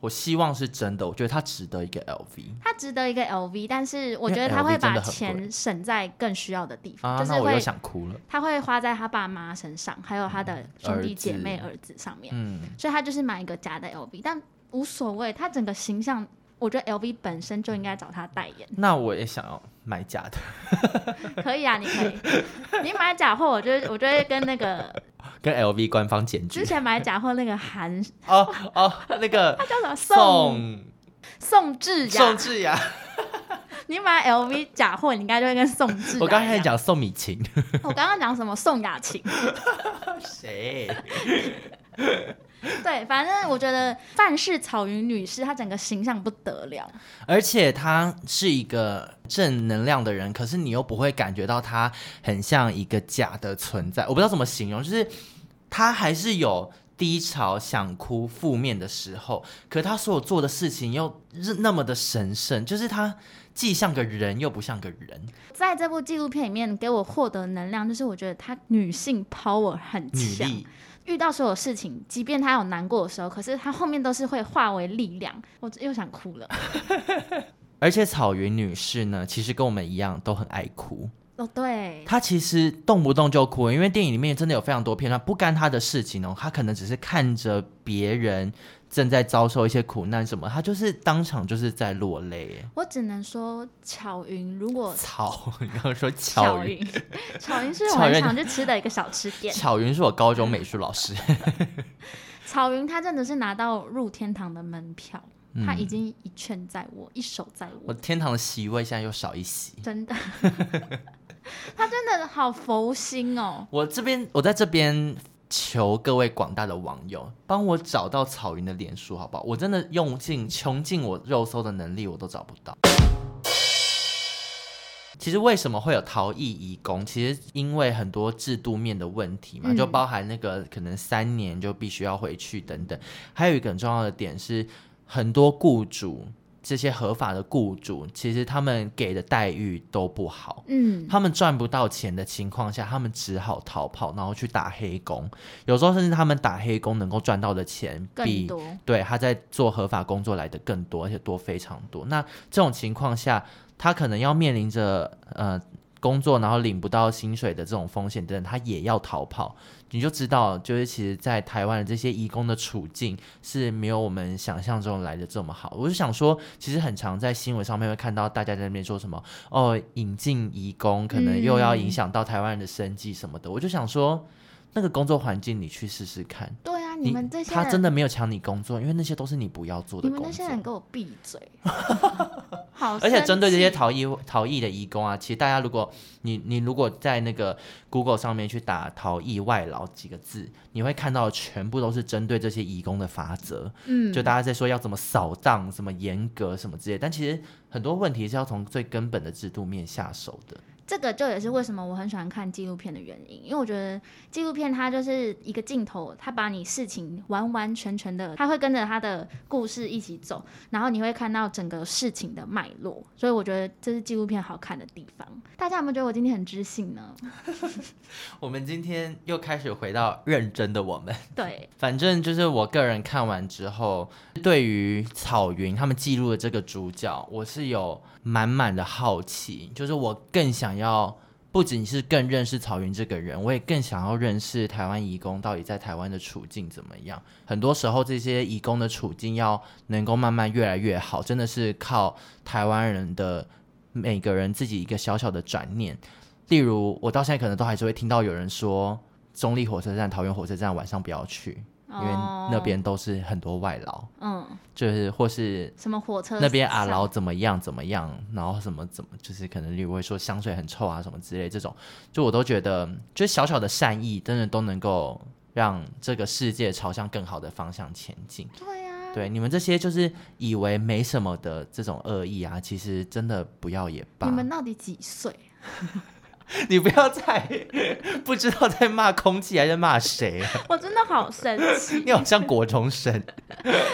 A: 我希望是真的，我觉得它值得一个 LV
B: 她值得一个 LV，但是我觉得
A: 因为
B: 她会
A: LV 哎真
B: 把
A: 的很贵
B: 钱省在更需要的地方，
A: 啊。
B: 就是
A: 那我又
B: 会
A: 想哭了。
B: 她会花在她爸妈身上，还有她的兄弟姐妹、
A: 嗯儿
B: 儿子上面，
A: 嗯，
B: 所以她就是买一个假的 LV，但无所谓，她整个形象。我觉得 LV 本身就应该找她代
A: (laughs)
B: 言，
A: 那我也想要买假的。
B: 可以啊，你可以，你买假货，我就我就会跟那个
A: 跟 LV 官方检举
B: 之。前买假货那个韩，
A: 哦哦，那个
B: 他叫什么宋
A: 宋
B: 宋智雅，
A: 宋智雅，
B: 你买 LV 假货，你应该就会跟宋智雅一样。
A: 我刚才讲宋米琴，
B: 我刚刚讲什么宋雅琴？
A: 谁？
B: 对，反正我觉得范氏草云女士她整个形象不得了，
A: 而且她是一个正能量的人，可是你又不会感觉到她很像一个假的存在。我不知道怎么形容，就是她还是有低潮、想哭、负面的时候，可她所有做的事情又是那么的神圣，就是她既像个人又不像个人，
B: 在这部纪录片里面给我获得能量，就是我觉得她女性 power 很
A: 女
B: 强，
A: 力。
B: 遇到所有事情，即便她有难过的时候，可是她后面都是会化为力量。我又想哭了。
A: 而且草原女士呢，其实跟我们一样都很爱哭。
B: 哦，对，
A: 他其实动不动就哭，因为电影里面真的有非常多片段不干他的事情哦，他可能只是看着别人正在遭受一些苦难什么，他就是当场就是在落泪耶。
B: 我只能说巧云，如果
A: 草，你刚刚说巧
B: 哦巧
A: 云，
B: 云，巧云 (laughs) 是我
A: 巧
B: 很
A: 云
B: 想去吃的一个小吃店。
A: 巧云是我高中美术老师，
B: 草云她真的是拿到入天堂的门票，
A: 嗯
B: 她已经一券在握，一手在
A: 我
B: 握，
A: 天堂的席位现在又少一席。(laughs)
B: 真的，她真的好佛心哦。
A: 我这边，我在这边求各位广大的网友，帮我找到草云的脸书好不好？我真的用尽穷尽我肉搜的能力，我都找不到。其实为什么会有逃逸移工？其实因为很多制度面的问题嘛，
B: 嗯
A: 就包含那个可能三年就必须要回去等等。还有一个很重要的点是，很多雇主这些合法的雇主，其实他们给的待遇都不好。
B: 嗯，
A: 他们赚不到钱的情况下，他们只好逃跑，然后去打黑工。有时候甚至他们打黑工能够赚到的钱
B: 更
A: 比
B: 多
A: 对他在做合法工作来的更多，而且多非常多。那这种情况下，他可能要面临着呃工作然后领不到薪水的这种风险等等，他也要逃跑。你就知道，就是其实，在台湾的这些移工的处境是没有我们想象中来的这么好。我就想说，其实很常在新闻上面会看到大家在那边说什么哦，引进移工可能又要影响到台湾人的生计什么的。我就想说，那个工作环境你去试试看。
B: 对啊，你们这些
A: 他
B: 人，
A: 真的没有抢你工作，因为那些都是你不要做
B: 你
A: 的
B: 们
A: 工
B: 那些
A: 作。
B: 人给我闭嘴，
A: (laughs)
B: 好生气，
A: 而且针对这些逃逸逃逸的移工啊，其实大家如果你你如果在那个 Google 上面去打“逃逸外劳”几个字，你会看到全部都是针对这些移工的法则，
B: 嗯，
A: 就大家在说要怎么扫荡、怎么严格什么之类，但其实很多问题是要从最根本的制度面下手的。
B: 这个就也是为什么我很喜欢看纪录片的原因，因为我觉得纪录片它就是一个镜头，它把你事情完完全全的，它会跟着它的故事一起走，然后你会看到整个事情的脉络，所以我觉得这是纪录片好看的地方。大家有没有觉得我今天很知性呢？ (laughs)
A: 我们今天又开始回到认真的我们。
B: 对，
A: 反正就是我个人看完之后，对于草云他们记录的这个主角，我是有满满的好奇，就是我更想要。不仅是更认识草云这个人，我也更想要认识台湾移工到底在台湾的处境怎么样。很多时候，这些移工的处境要能够慢慢越来越好，真的是靠台湾人的每个人自己一个小小的转念。例如，我到现在可能都还是会听到有人说，中立火车站、桃园火车站晚上不要去， (laughs) 因为那边都是很多外劳，
B: 哦嗯，
A: 就是或是
B: 什么火车
A: 那边阿
B: 上
A: 劳怎么样怎么样，然后什么怎么，就是可能例如会说香水很臭啊什么之类这种，就我都觉得，就是小小的善意，真的都能够让这个世界朝向更好的方向前进。
B: 对啊，
A: 对你们这些就是以为没什么的这种恶意啊，其实真的不要也罢。
B: 你们到底几岁？
A: (laughs) 你不要再 (laughs) 不知道在骂空气还是骂谁啊、
B: 我真的好生气。
A: 你好像国中生，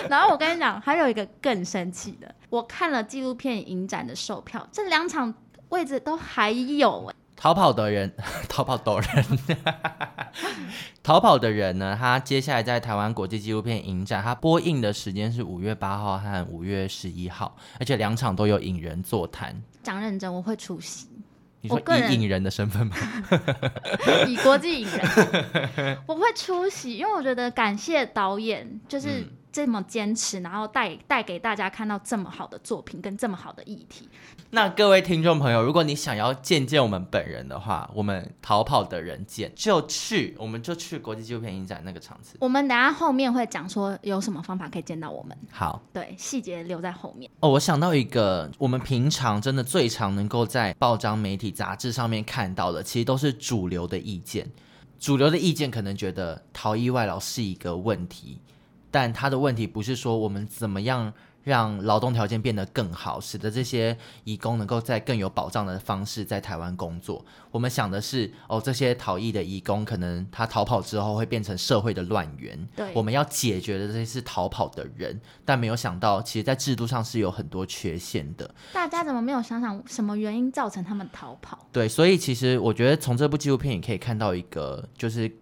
B: 然后我跟你讲，还有一个更生气的，我看了纪录片影展的售票，这两场位置都还有哎、
A: 逃跑的人， (laughs) 逃跑的人， (laughs) 逃跑的人呢？他接下来在台湾国际纪录片影展，他播映的时间是五月八号和五月十一号，而且两场都有引人座谈。
B: 讲认真，我会出席，
A: 你
B: 我
A: 说
B: 个人
A: 以引人的身份吗？ (laughs)
B: 以国际影人，我会出席，因为我觉得感谢导演就是这么坚持，然后带带给大家看到这么好的作品跟这么好的议题。
A: 那各位听众朋友，如果你想要见见我们本人的话，我们逃跑的人见就去，我们就去国际纪录片影展那个场次。
B: 我们等一下后面会讲说有什么方法可以见到我们，
A: 好，
B: 对，细节留在后面。
A: 哦，我想到一个，我们平常真的最常能够在报章、媒体、杂志上面看到的，其实都是主流的意见。主流的意见可能觉得逃逸外劳是一个问题，但他的问题不是说我们怎么样让劳动条件变得更好，使得这些移工能够在更有保障的方式在台湾工作。我们想的是，哦，这些逃逸的移工可能他逃跑之后会变成社会的乱源，
B: 对
A: 我们要解决的这些是逃跑的人，但没有想到，其实在制度上是有很多缺陷的。
B: 大家怎么没有想想什么原因造成他们逃跑？
A: 对，所以其实我觉得从这部纪录片也可以看到一个，就是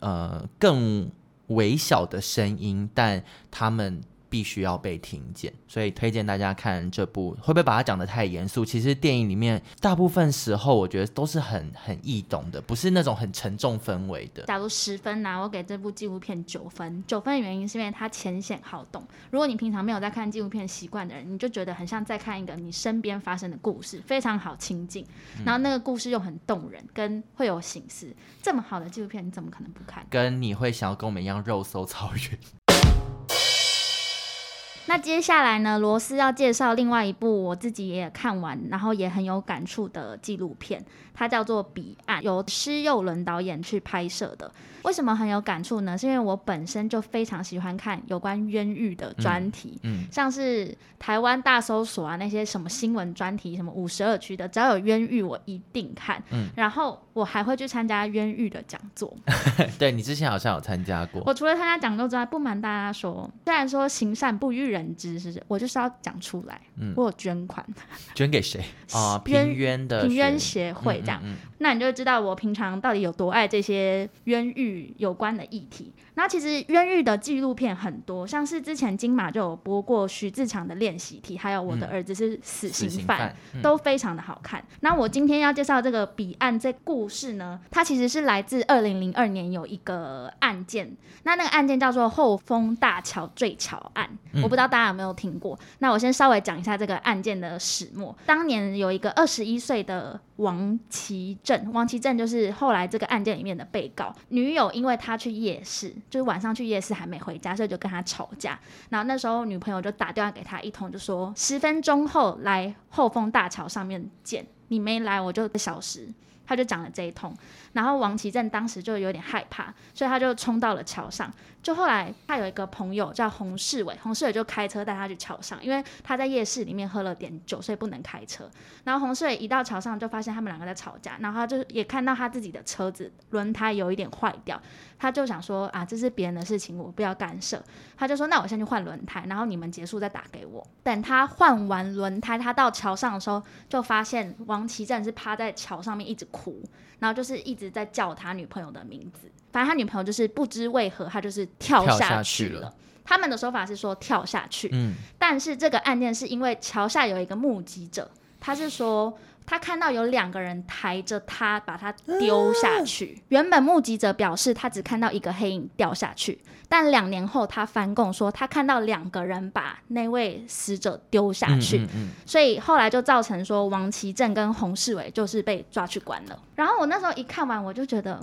A: 呃更微小的声音，但他们必须要被听见。所以推荐大家看这部，会不会把它讲得太严肃？其实电影里面大部分时候，我觉得都是很很易懂的，不是那种很沉重氛围的。
B: 假如十分呐、我给这部纪录片九分。九分的原因是因为它浅显好懂。如果你平常没有在看纪录片习惯的人，你就觉得很像在看一个你身边发生的故事，非常好亲近。然后那个故事又很动人，跟会有形式。这么好的纪录片，你怎么可能不看？
A: 跟你会想要跟我们一样肉搜草原， (laughs)
B: 那接下来呢，罗斯要介绍另外一部我自己也看完，然后也很有感触的纪录片，它叫做《彼岸》，由施佑伦导演去拍摄的。为什么很有感触呢？是因为我本身就非常喜欢看有关冤狱的专题。
A: 嗯嗯
B: 像是台湾大搜索啊，那些什么新闻专题，什么五十二区的，只要有冤狱，我一定看。
A: 嗯
B: 然后我还会去参加冤狱的讲座。
A: 对你之前好像有参加过。
B: 我除了参加讲座之外，不瞒大家说，虽然说行善不欲人知，是我就是要讲出来。
A: 嗯
B: 我有捐款
A: 捐给谁啊？
B: 冤
A: 平冤的
B: 平冤
A: 学
B: 协会这样，
A: 嗯嗯
B: 那你就知道我平常到底有多爱这些冤狱有关的议题。那其实冤狱的纪录片很多，像是之前金马就有播过徐志强的练习题，还有我的儿子是死
A: 嗯死
B: 刑
A: 刑
B: 犯，
A: 犯嗯
B: 都非常的好看。那我今天要介绍这个彼岸这故事呢，它其实是来自二零零二年有一个案件，那那个案件叫做后丰大桥坠桥案，我不知道大家有没有听过。那我先稍微讲一下这个案件的始末。当年有一个二十一岁的王其正，王其正就是后来这个案件里面的被告，女友因为他去夜市，就是晚上去夜市还没回家，所以就跟他吵架。然后那时候女朋友就打电话给他一通，就说十分钟后来后丰大桥上面见，你没来我就一个小时。他就讲了这一通，然后王其正当时就有点害怕，所以他就冲到了桥上。就后来他有一个朋友叫洪世伟，洪世伟就开车带他去桥上，因为他在夜市里面喝了点酒，所以不能开车。然后洪世伟一到桥上就发现他们两个在吵架，然后他就也看到他自己的车子轮胎有一点坏掉，他就想说啊，这是别人的事情，我不要干涉。他就说：“那我先去换轮胎，然后你们结束再打给我。”等他换完轮胎，他到桥上的时候，就发现王奇正是趴在桥上面一直哭，然后就是一直在叫他女朋友的名字。反正他女朋友就是不知为何，他就是跳
A: 跳
B: 下
A: 下
B: 去
A: 去
B: 了。
A: 了
B: 他们的说法是说跳下去，
A: 嗯
B: 但是这个案件是因为桥下有一个目击者，他是说他看到有两个人抬着他，把他丢下去。原本目击者表示他只看到一个黑影掉下去，但两年后他翻供说他看到两个人把那位死者丢下去。
A: 嗯嗯
B: 所以后来就造成说王其正跟洪世伟就是被抓去关了。然后我那时候一看完，我就觉得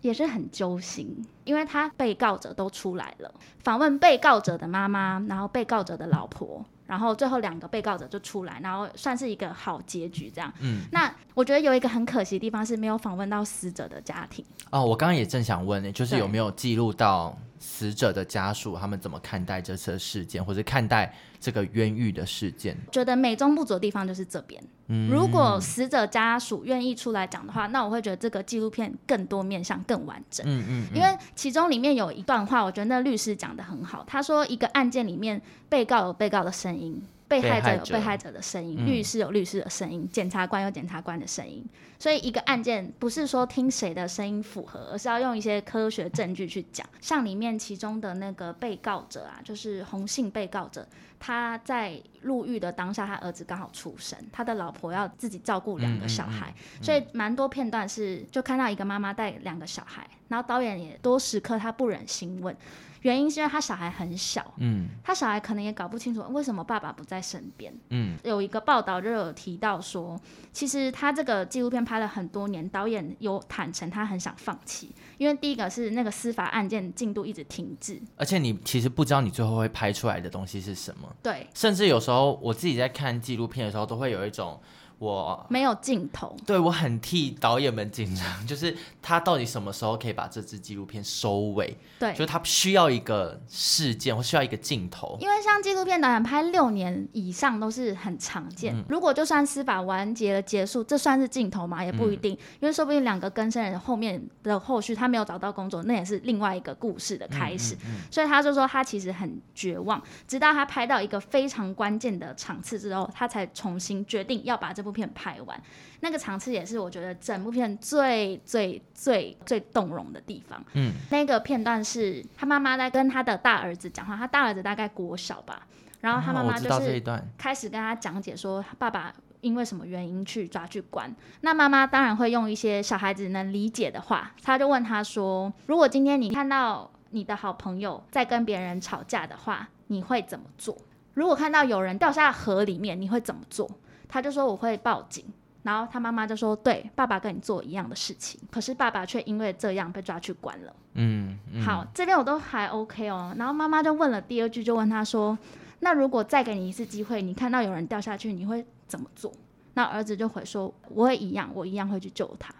B: 也是很揪心，因为他被告者都出来了，访问被告者的妈妈，然后被告者的老婆，然后最后两个被告者就出来，然后算是一个好结局这样。嗯，那我觉得有一个很可惜的地方是没有访问到死者的家庭。
A: 哦，我刚刚也正想问呢，就是
B: 对
A: 有没有记录到死者的家属他们怎么看待这次的事件，或者看待这个冤狱的事件？
B: 觉得美中不足的地方就是这边。如果死者家属愿意出来讲的话，那我会觉得这个纪录片更多面向更完整。
A: 嗯嗯
B: 因为其中里面有一段话，我觉得那律师讲的很好。他说，一个案件里面，被告有被告的声音，被害者有
A: 被
B: 被
A: 害
B: 害者的声音，律师有律师的声音，检察官有检察官的声音。所以，一个案件不是说听谁的声音符合，而是要用一些科学证据去讲。像里面其中的那个被告者啊，就是红姓被告者，他在入狱的当下，他儿子刚好出生，他的老婆要自己照顾两个小孩，所以蛮多片段是就看到一个妈妈带两个小孩，然后导演也多时刻他不忍心问，原因是因为他小孩很小，
A: 嗯
B: 他小孩可能也搞不清楚为什么爸爸不在身边。
A: 嗯
B: 有一个报道就有提到说，其实他这个纪录片拍了很多年，导演有坦诚他很想放弃，因为第一个是那个司法案件进度一直停滞，
A: 而且你其实不知道你最后会拍出来的东西是什么，
B: 对，
A: 甚至有时候我自己在看纪录片的时候，都会有一种我
B: 没有尽头。
A: 对我很替导演们紧
B: 嗯
A: 张，就是他到底什么时候可以把这支纪录片收尾？
B: 对
A: 就，是他需要一个事件或需要一个镜头。
B: 因为像纪录片导演拍六年以上都是很常见。如果就算司法完结了结束，这算是尽头嘛？也不一定，因为说不定两个更生人后面的后续他没有找到工作，那也是另外一个故事的开始。所以他就说他其实很绝望，直到他拍到一个非常关键的场次之后，他才重新决定要把这部片拍完。那个场次也是我觉得整部片最最最最动容的地方。嗯，那个片段是他妈妈在跟他的大儿子讲话，他大儿子大概国小吧，然后他妈
A: 哦
B: 妈
A: 我知
B: 就
A: 道这一
B: 是
A: 段，
B: 开始跟他讲解说爸爸。因为什么原因去抓去关？那妈妈当然会用一些小孩子能理解的话，他就问他说：“如果今天你看到你的好朋友在跟别人吵架的话，你会怎么做？如果看到有人掉下河里面，你会怎么做？”他就说我会报警。然后他妈妈就说：“对，爸爸跟你做一样的事情，可是爸爸却因为这样被抓去关了。
A: 嗯，嗯
B: 好，这边我都还 OK 哦。然后妈妈就问了第二句，就问他说：“那如果再给你一次机会，你看到有人掉下去，你会怎么做？”那儿子就回说：“我会一样，我一样会去救他。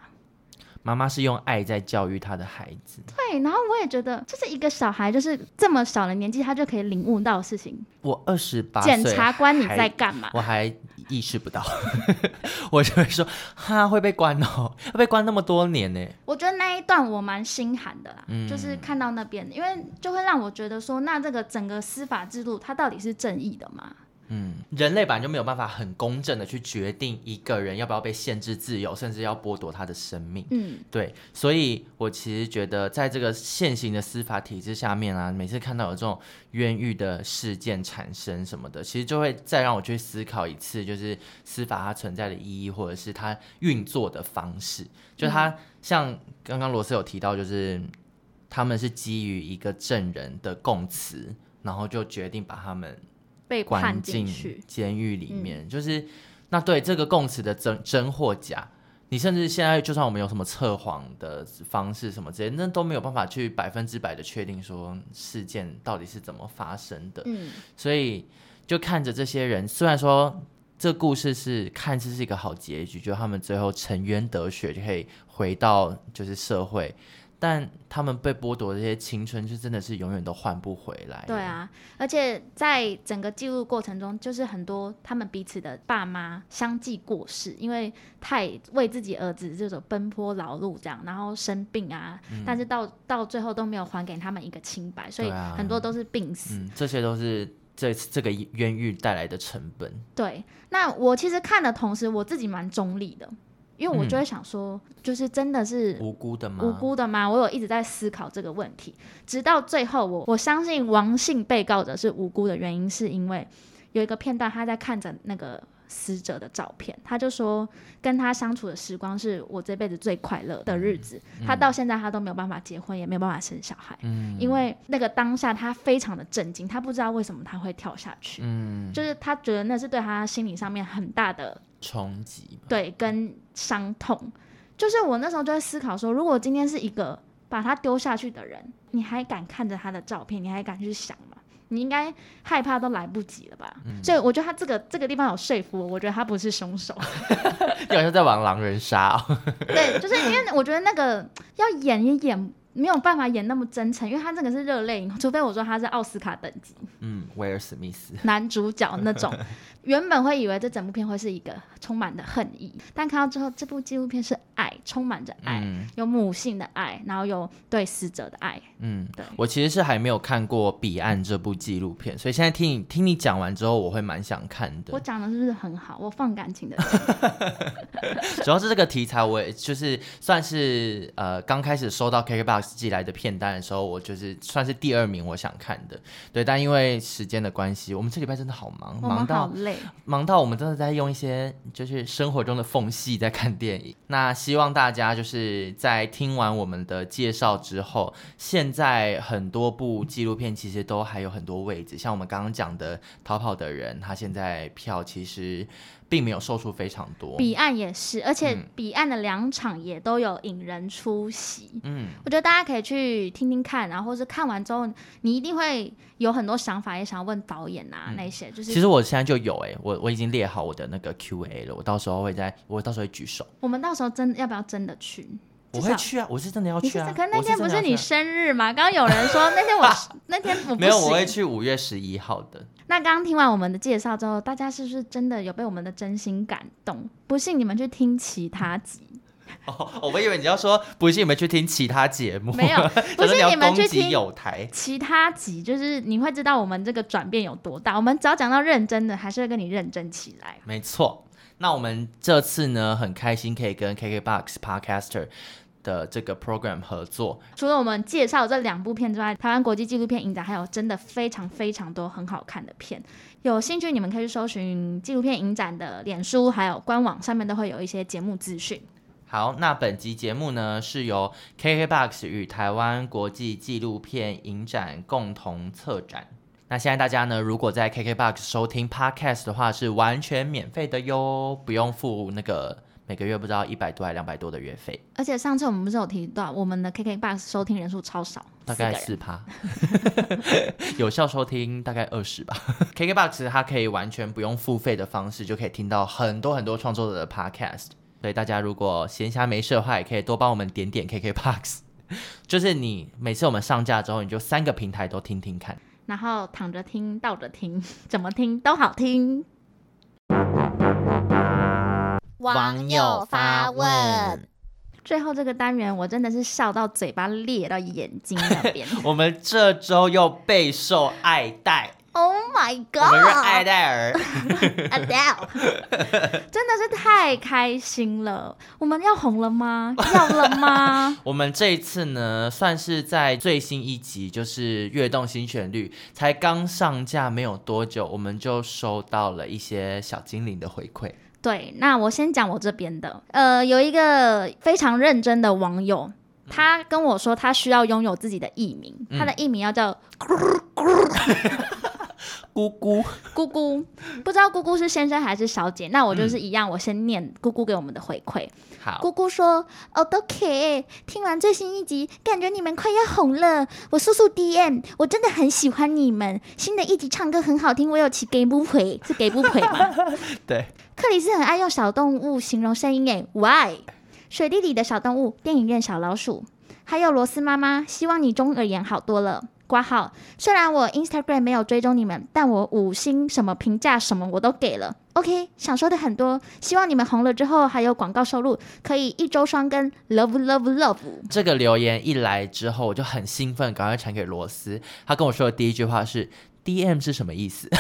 A: 妈妈是用爱在教育她的孩子。”
B: 对，然后我也觉得，就是一个小孩，就是这么小的年纪，他就可以领悟到的事情。
A: 我二十八岁，
B: 检察官你在干嘛？
A: 我还意识不到， (laughs) 我就会说哈会被关哦， (laughs) 会被关那么多年呢。
B: 我觉得那一段我蛮心寒的啦，
A: 嗯
B: 就是看到那边，因为就会让我觉得说，那这个整个司法制度它到底是正义的吗？
A: 人类本来就没有办法很公正的去决定一个人要不要被限制自由，甚至要剥夺他的生命。
B: 嗯，
A: 对，所以我其实觉得，在这个现行的司法体制下面啊，每次看到有这种冤狱的事件产生什么的，其实就会再让我去思考一次，就是司法它存在的意义，或者是它运作的方式。就它像刚刚罗斯有提到，就是他们是基于一个证人的供词，然后就决定把他们
B: 被
A: 关
B: 判进
A: 进
B: 去，嗯
A: 监狱里面，就是那对这个供词的真真或假，你甚至现在就算我们有什么测谎的方式什么之类，那都没有办法去百分之百的确定说事件到底是怎么发生的。
B: 嗯，
A: 所以就看着这些人，虽然说这故事是看似是一个好结局，就他们最后沉冤得雪，就可以回到就是社会。但他们被剥夺的这些青春，就真的是永远都换不回来。
B: 对，啊，而且在整个记录过程中，就是很多他们彼此的爸妈相继过世，因为太为自己儿子这种奔波劳碌这样，然后生病啊，但是到到最后都没有还给他们一个清白，所以
A: 嗯对啊
B: 很多都是病死。
A: 嗯，这些都是这这个冤狱带来的成本。
B: 对，那我其实看的同时，我自己蛮中立的，因
A: 嗯
B: 为我就会想说，就是真的是
A: 无辜的吗？
B: 无辜的吗？我有一直在思考这个问题，直到最后我，我相信王姓被告者是无辜的原因，是因为有一个片段他在看着那个死者的照片，他就说跟他相处的时光是我这辈子最快乐的日子。他到现在他都没有办法结婚，也没有办法生小孩，
A: 嗯
B: 因为那个当下他非常的震惊，他不知道为什么他会跳下
A: 嗯
B: 去，就是他觉得那是对他心理上面很大的
A: 冲击吧。 (laughs)
B: 对，跟伤痛。就是我那时候就在思考说，如果今天是一个把他丢下去的人，你还敢看着他的照片，你还敢去想吗？你应该害怕都来不及了吧？所以我觉得他这个这个地方有说服我，我觉得他不是凶手。 (laughs)
A: 你好像在玩狼人杀、哦， (laughs)
B: 对，就是因为我觉得那个要演也演没有办法演那么真诚，因为他这个是热泪盈眶，除非我说他是奥斯卡等级
A: 嗯，威尔史密斯，
B: (laughs) 男主角
A: (laughs)
B: 那种。原本会以为这整部片会是一个充满的恨意，但看到之后，这部纪录片是爱，充满着爱，
A: 嗯
B: 有母性的爱，然后有对死者的爱。
A: 嗯，
B: 对
A: 我其实是还没有看过《彼岸》这部纪录片，所以现在听你听你讲完之后，我会蛮想看
B: 我
A: 的。
B: 讲的是不是很好？我放感情的
A: (laughs) 主要是这个题材，我也就是算是呃刚开始收到 KKBOX 寄来的片单的时候，我就是算是第二名我想看的。对，但因为时间的关系，我们这礼拜真的好忙，
B: 我
A: 忙
B: 们
A: 到
B: 好累。
A: 忙到我们真的在用一些就是生活中的缝隙在看电影。那希望大家就是在听完我们的介绍之后，现在很多部纪录片其实都还有很多位置，像我们刚刚讲的《逃跑的人》，他现在票其实并没有售出非常多。
B: 彼岸也是，而且
A: 嗯
B: 彼岸的两场也都有引人出席。
A: 嗯，
B: 我觉得大家可以去听听看，然后或是看完之后，你一定会有很多想法，也想要问导演啊、那些，就
A: 嗯其
B: 是
A: 实我现在就有哎、我我已经列好我的那个 Q&A 了，我到时候会在，我到时候会举手，
B: 我们到时候真的要不要真的去？
A: 我
B: 至少
A: 会去啊，我是真的要
B: 你是
A: 去啊。
B: 可是那
A: 我
B: 天不
A: 真的
B: 是
A: 要去
B: 你
A: 啊
B: 生日吗？刚刚有人说那天
A: (laughs)
B: 我那天我不
A: 没有，我会
B: 行。
A: 去五月十一号的。
B: 那刚刚听完我们的介绍之后，大家是不是真的有被我们的真心感动？不信你们去听其
A: (laughs)
B: 他集，
A: 哦，我以为你要说不是你们去听其他节目， (laughs)
B: 没有不
A: 可
B: 是
A: 你要
B: 你们去
A: 攻击
B: 听
A: 有台，
B: 其他集就是你会知道我们这个转变有多大。我们只要讲到认真的，还是会跟你认真起来。
A: 没错。那我们这次呢，很开心可以跟 KKBOX Podcaster 的这个 program 合作。
B: 除了我们介绍这两部片之外，台湾国际纪录片影展还有真的非常非常多很好看的片。有兴趣你们可以去搜寻纪录片影展的脸书还有官网，上面都会有一些节目资讯。
A: 好，那本集节目呢是由 KKBOX 与台湾国际纪录片影展共同策展。那现在大家呢，如果在 KKBOX 收听 Podcast 的话，是完全免费的哟，不用付那个每个月不知道一百多还两百多的月费。
B: 而且上次我们不是有提到，我们的 KKBOX 收听人数超少，
A: 大概
B: 四
A: 四趴， (laughs) 有效收听大概二十吧。KKBOX (laughs) 它可以完全不用付费的方式，就可以听到很多很多创作者的 podcast。所以大家如果闲暇没事的话，也可以多帮我们点点 KKBOX。就是 (laughs) 你每次我们上架之后，你就三个平台都听听看。
B: 个人，然后躺着听、倒着听、怎么听都好听。
D: 网友发问，
B: 最后这个单元，我真的是笑到嘴巴裂到眼睛
D: (laughs)
B: 那边。
A: 我们这周又备受爱戴，
B: oh my
A: 我们是爱
B: god！Adele，
A: 戴儿。
B: 真的是太开心了。我们要红了吗？要了
A: (laughs)
B: 吗？
A: 我们这一次呢，算是在最新一集，就是《跃动新旋律》才刚上架没有多久，我们就收到了一些小精灵的回馈。
B: 对，那我先讲我这边的。呃，有一个非常认真的网友，他跟我说他需要拥有自己的艺名，他的艺名要叫
A: 姑姑，
B: 姑姑，不知道姑姑是先生还是小姐。那我就是一样，我先念姑姑给我们的回馈。
A: 好，
D: 姑姑说：“哦，都 K，听完最新一集，感觉你们快要红了。我速速 DM，我真的很喜欢你们。新的一集唱歌很好听，我有起给不回，
B: 是给不赔吗？
A: (laughs) 对，
D: 克里斯很爱用小动物形容声音诶，Why？
B: 水滴里的小动物，电影院小老鼠，还有罗斯妈妈，希望你中耳炎好多了。挂号，虽然我 Instagram 没有追踪你们，但我五星什么评价什么我都给了。OK，想说的很多，希望你们红了之后还有广告收入，可以一周双更，love love love。
A: 这个留言一来之后，我就很兴奋，赶快传给罗斯。他跟我说的第一句话是：“DM 是什么意思？”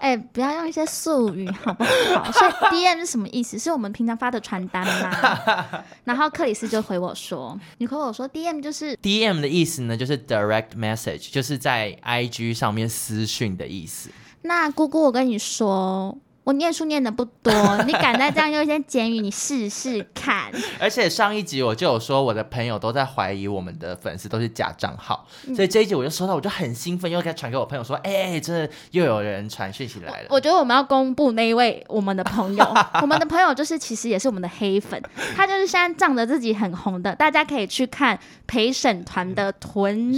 B: 哎、不要用一些术语好不好？所以 DM 是什么意思？是我们平常发的传单吗？然后克里斯就回我说：“你回我说 DM 就是
A: DM 的意思呢，就是 direct message，就是在 IG 上面私讯的意思。
B: 那姑姑，我跟你说，我念书念的不多，你敢再这样用一些简语，你试试看。
A: 而且上一集我就有说，我的朋友都在怀疑我们的粉丝都是假账号，所以这一集我就收到，我就很兴奋，又给他传给我朋友说，哎、真的又有人传讯息来了。
B: 我觉得我们要公布那一位我们的朋友，我们的朋友就是其实也是我们的黑粉，他就是现在仗着自己很红的，大家可以去看陪审团的《屯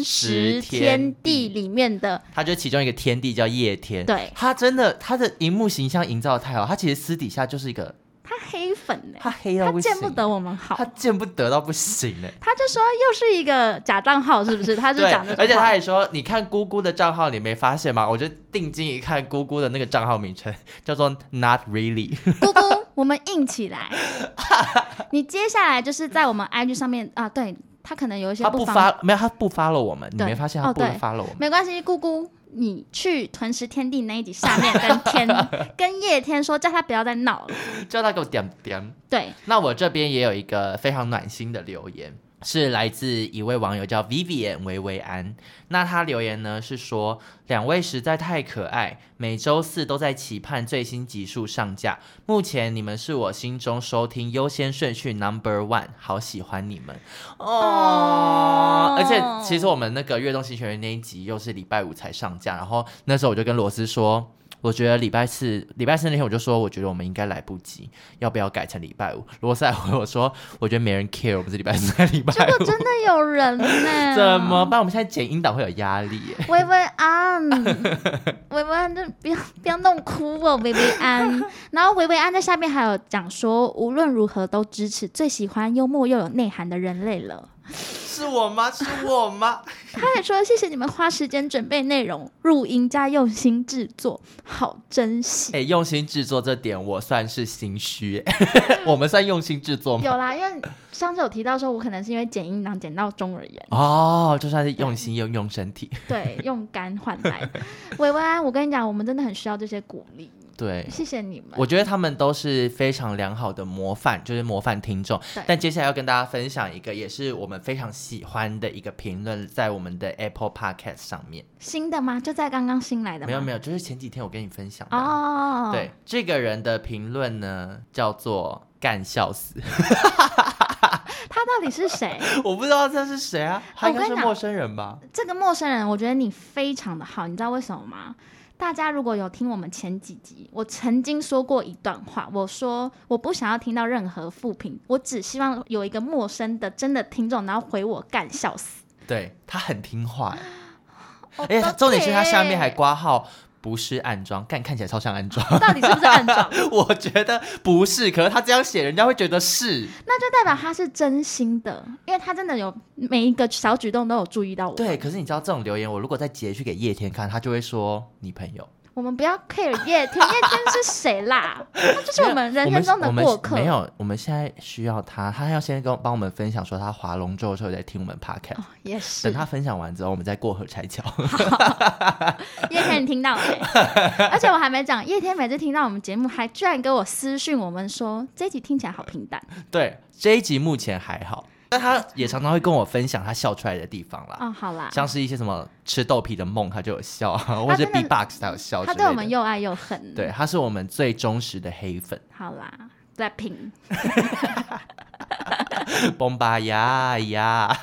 A: 食
B: 食天
A: 天
B: 地》里面的，
A: 他就其中一个天地叫叶天，
B: 对
A: 他真的他的荧幕形象营造得太好，他其实私底下就是一个
B: 他黑粉呢、
A: 他黑到
B: 他
A: 不行，
B: 见不得我们好
A: 他，见不得到不行嘞。
B: 他就说又是一个假账号，是不是？他就
A: 对
B: 讲这，种
A: 而且
B: 话
A: 他还说，你看姑姑的账号，你没发现吗？我就定睛一看，姑姑的那个账号名称叫做 Not Really，
B: (laughs) 姑姑，我们硬起来。 (laughs) 你接下来就是在我们 IG 上面啊，对他可能有一些
A: 他不
B: 方
A: 发，没有他不发了我们，你
B: 对
A: 没发现
B: 哦
A: 他不
B: 对
A: 发了我们？
B: 没关系，姑姑，你去屯食天地那一集下面跟
A: (laughs)
B: 天跟叶天说，叫他不要再闹了。
A: 叫他给我点点。 (laughs)
B: 对，
A: 那我这边也有一个非常暖心的留言，是来自一位网友叫 Vivian 维维安。那他留言呢是说，两位实在太可爱，每周四都在期盼最新集数上架。目前你们是我心中收听优先顺序 Number One，好喜欢你们哦。而且其实我们那个《跃动新学院》那一集又是礼拜五才上架，然后那时候我就跟罗斯说。我觉得礼拜四，礼拜四那天我就说，我觉得我们应该来不及，要不要改成礼拜五？罗斯还回我说，我觉得没人 care，我们是礼拜四还是礼拜
B: 结
A: 五，
B: 果，真的啊有人呢
A: 哎怎么？办？我们现在剪音档会有压力耶。
B: 薇薇
A: (laughs)
B: 安，薇薇安，就不要不要弄哭我，薇薇安。然后薇薇安在下面还有讲说，无论如何都支持最喜欢幽默又有内涵的人类了。
A: 是我吗？是我吗？
B: 他也说谢谢你们花时间准备内容、录音加用心制作，好珍惜。
A: (laughs) 哎、用心制作这点我算是心虚耶，我们算用心制作吗？
B: 有啦，因为上次有提到说，我可能是因为剪音档剪到中耳 (laughs) 炎，
A: 哦，就算是用心又用身体，
B: 对，用肝换来的。薇薇啊安，我跟你讲，我们真的很需要这些鼓励，
A: 对。
B: 谢谢你们。
A: 我觉得他们都是非常良好的模范，就是模范听众
B: 对。
A: 但接下来要跟大家分享一个，也是我们非常喜欢的一个评论，在我们的 Apple Podcast 上面。
B: 新的吗？就在刚刚新来的吗？
A: 没有没有，就是前几天我跟你分享的啊、
B: 哦，
A: 对，这个人的评论呢，叫做“干笑
B: (laughs)
A: 死
B: 他到底是谁？”，
A: 我不知道这是谁啊，他应
B: 哦
A: 该
B: 我跟
A: 是
B: 你讲
A: 陌生人吧？
B: 这个陌生人，我觉得你非常的好，你知道为什么吗？大家如果有听我们前几集，我曾经说过一段话，我说我不想要听到任何负评，我只希望有一个陌生的真的听众，然后回我干笑死。
A: 对他很听话耶，
B: 哦
A: 而且哎他重点是他下面还
B: 对
A: 挂号。不是暗装，干看起来超像暗
B: (laughs)
A: 装，
B: 到底是不是
A: (laughs)
B: 暗装？
A: 我觉得不是，可是他这样写，人家会觉得是。
B: 那就代表他是真心的，因为他真的有每一个小举动都有注意到我。
A: 对，可是你知道这种留言，我如果再截去给叶天看，他就会说你朋友
B: 我们不要 care 叶天，叶天是谁啦？他就是我们人
A: 我
B: 生
A: 们
B: 中的
A: 我们
B: 过客。
A: 没有，我们现在需要他，他要先跟我帮我们分享说他划龙舟的时候在听我们 podcast，、
B: 哦，也是。
A: 等他分享完之后，我们再过河拆桥。 (laughs)
B: (laughs) 叶天，你听到没？而且我还没讲，叶天每次听到我们节目，还居然给我私讯我们说，这一集听起来好平淡
A: 对，这一集目前还好，但他也常常会跟我分享他笑出来的地方啦，
B: 哦。好啦，
A: (laughs) 像是一些什么吃豆皮的梦，他就有笑啊，或者
B: 真的
A: B box 他有笑之
B: 他
A: 类的。
B: 对我们又爱又恨。
A: 对，，他是我们最忠实的黑粉， (laughs)
B: 好啦，在评
A: 崩吧呀呀！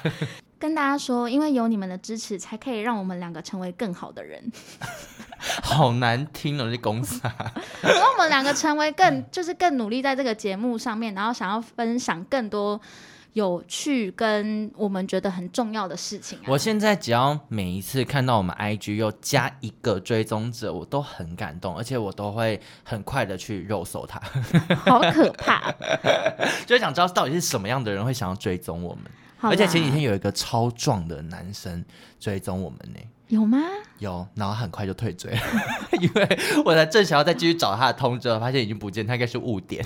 B: 跟大家说，因为有你们的支持，才可以让我们两个成为更好
A: (laughs)
B: 的人，
A: 好难听哦，这公司啊。
B: 让我们两个成为更就是更努力在这个节目上面，然后想要分享更多。有趣跟我们觉得很重要的事情、啊，
A: (laughs) 我现在只要每一次看到我们 IG 又加一个追踪者，我都很感动，而且我都会很快的去肉搜他， (laughs)
B: 好可怕。
A: 就是想知道到底是什么样的人会想要追踪我们。
B: 好啦
A: 而且前几天有一个超壮的男生追踪我们呢、
B: 有吗？
A: 有，然后很快就退追了， (laughs) 因为我才正想要再继续找他的通知，发现已经不见，他应该是误点。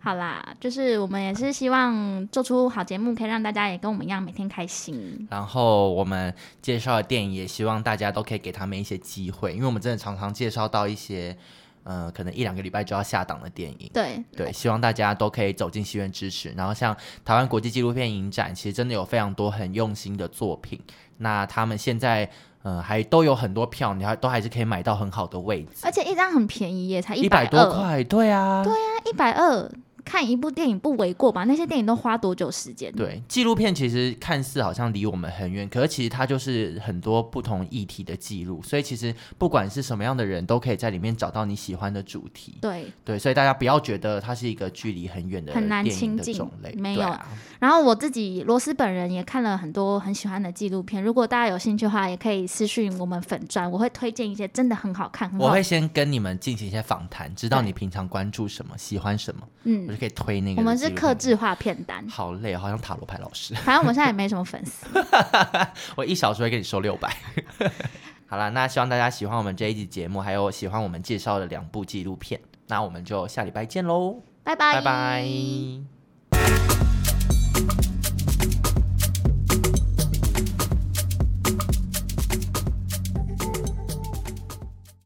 B: 好啦，就是我们也是希望做出好节目，可以让大家也跟我们一样每天开心。
A: 然后我们介绍的电影，也希望大家都可以给他们一些机会，因为我们真的常常介绍到一些。嗯、可能一两个礼拜就要下档的电影。
B: 对，
A: 对，希望大家都可以走进戏院支持。然后像台湾国际纪录片影展，其实真的有非常多很用心的作品。那他们现在呃还都有很多票，你还都还是可以买到很好的位置，
B: 而且一张很便宜耶，才
A: 呃一
B: 百
A: 百多，块。对啊，对
B: 一百二。看一部电影不为过吧？那些电影都花多久时间？，
A: 对，纪录片其实看似好像离我们很远，可是其实它就是很多不同议题的记录，所以其实不管是什么样的人都可以在里面找到你喜欢的主题。
B: 对，
A: 对，所以大家不要觉得它是一个距离很远的
B: 很难
A: 电影
B: 亲
A: 的
B: 近
A: 种类，
B: 没
A: 对
B: 有
A: 啊
B: 然后我自己罗斯本人也看了很多很喜欢的纪录片，如果大家有兴趣的话，也可以私讯我们粉专，我会推荐一些真的很好看，很
A: 我
B: 好
A: 会先跟你们进行一些访谈，知道
B: 对
A: 你平常关注什么、喜欢什么，我
B: 嗯
A: 就，可以推那个。
B: 我们是克，制化片单，
A: 好累哦，好像塔罗牌老师。 (laughs)
B: 反正我们现在也没什么粉丝。
A: 我一小时会给你收六百。 (laughs) 好了，那希望大家喜欢我们这一集节目，还有喜欢我们介绍的两部纪录片。那我们就下礼拜见喽，
B: 拜
A: 拜拜。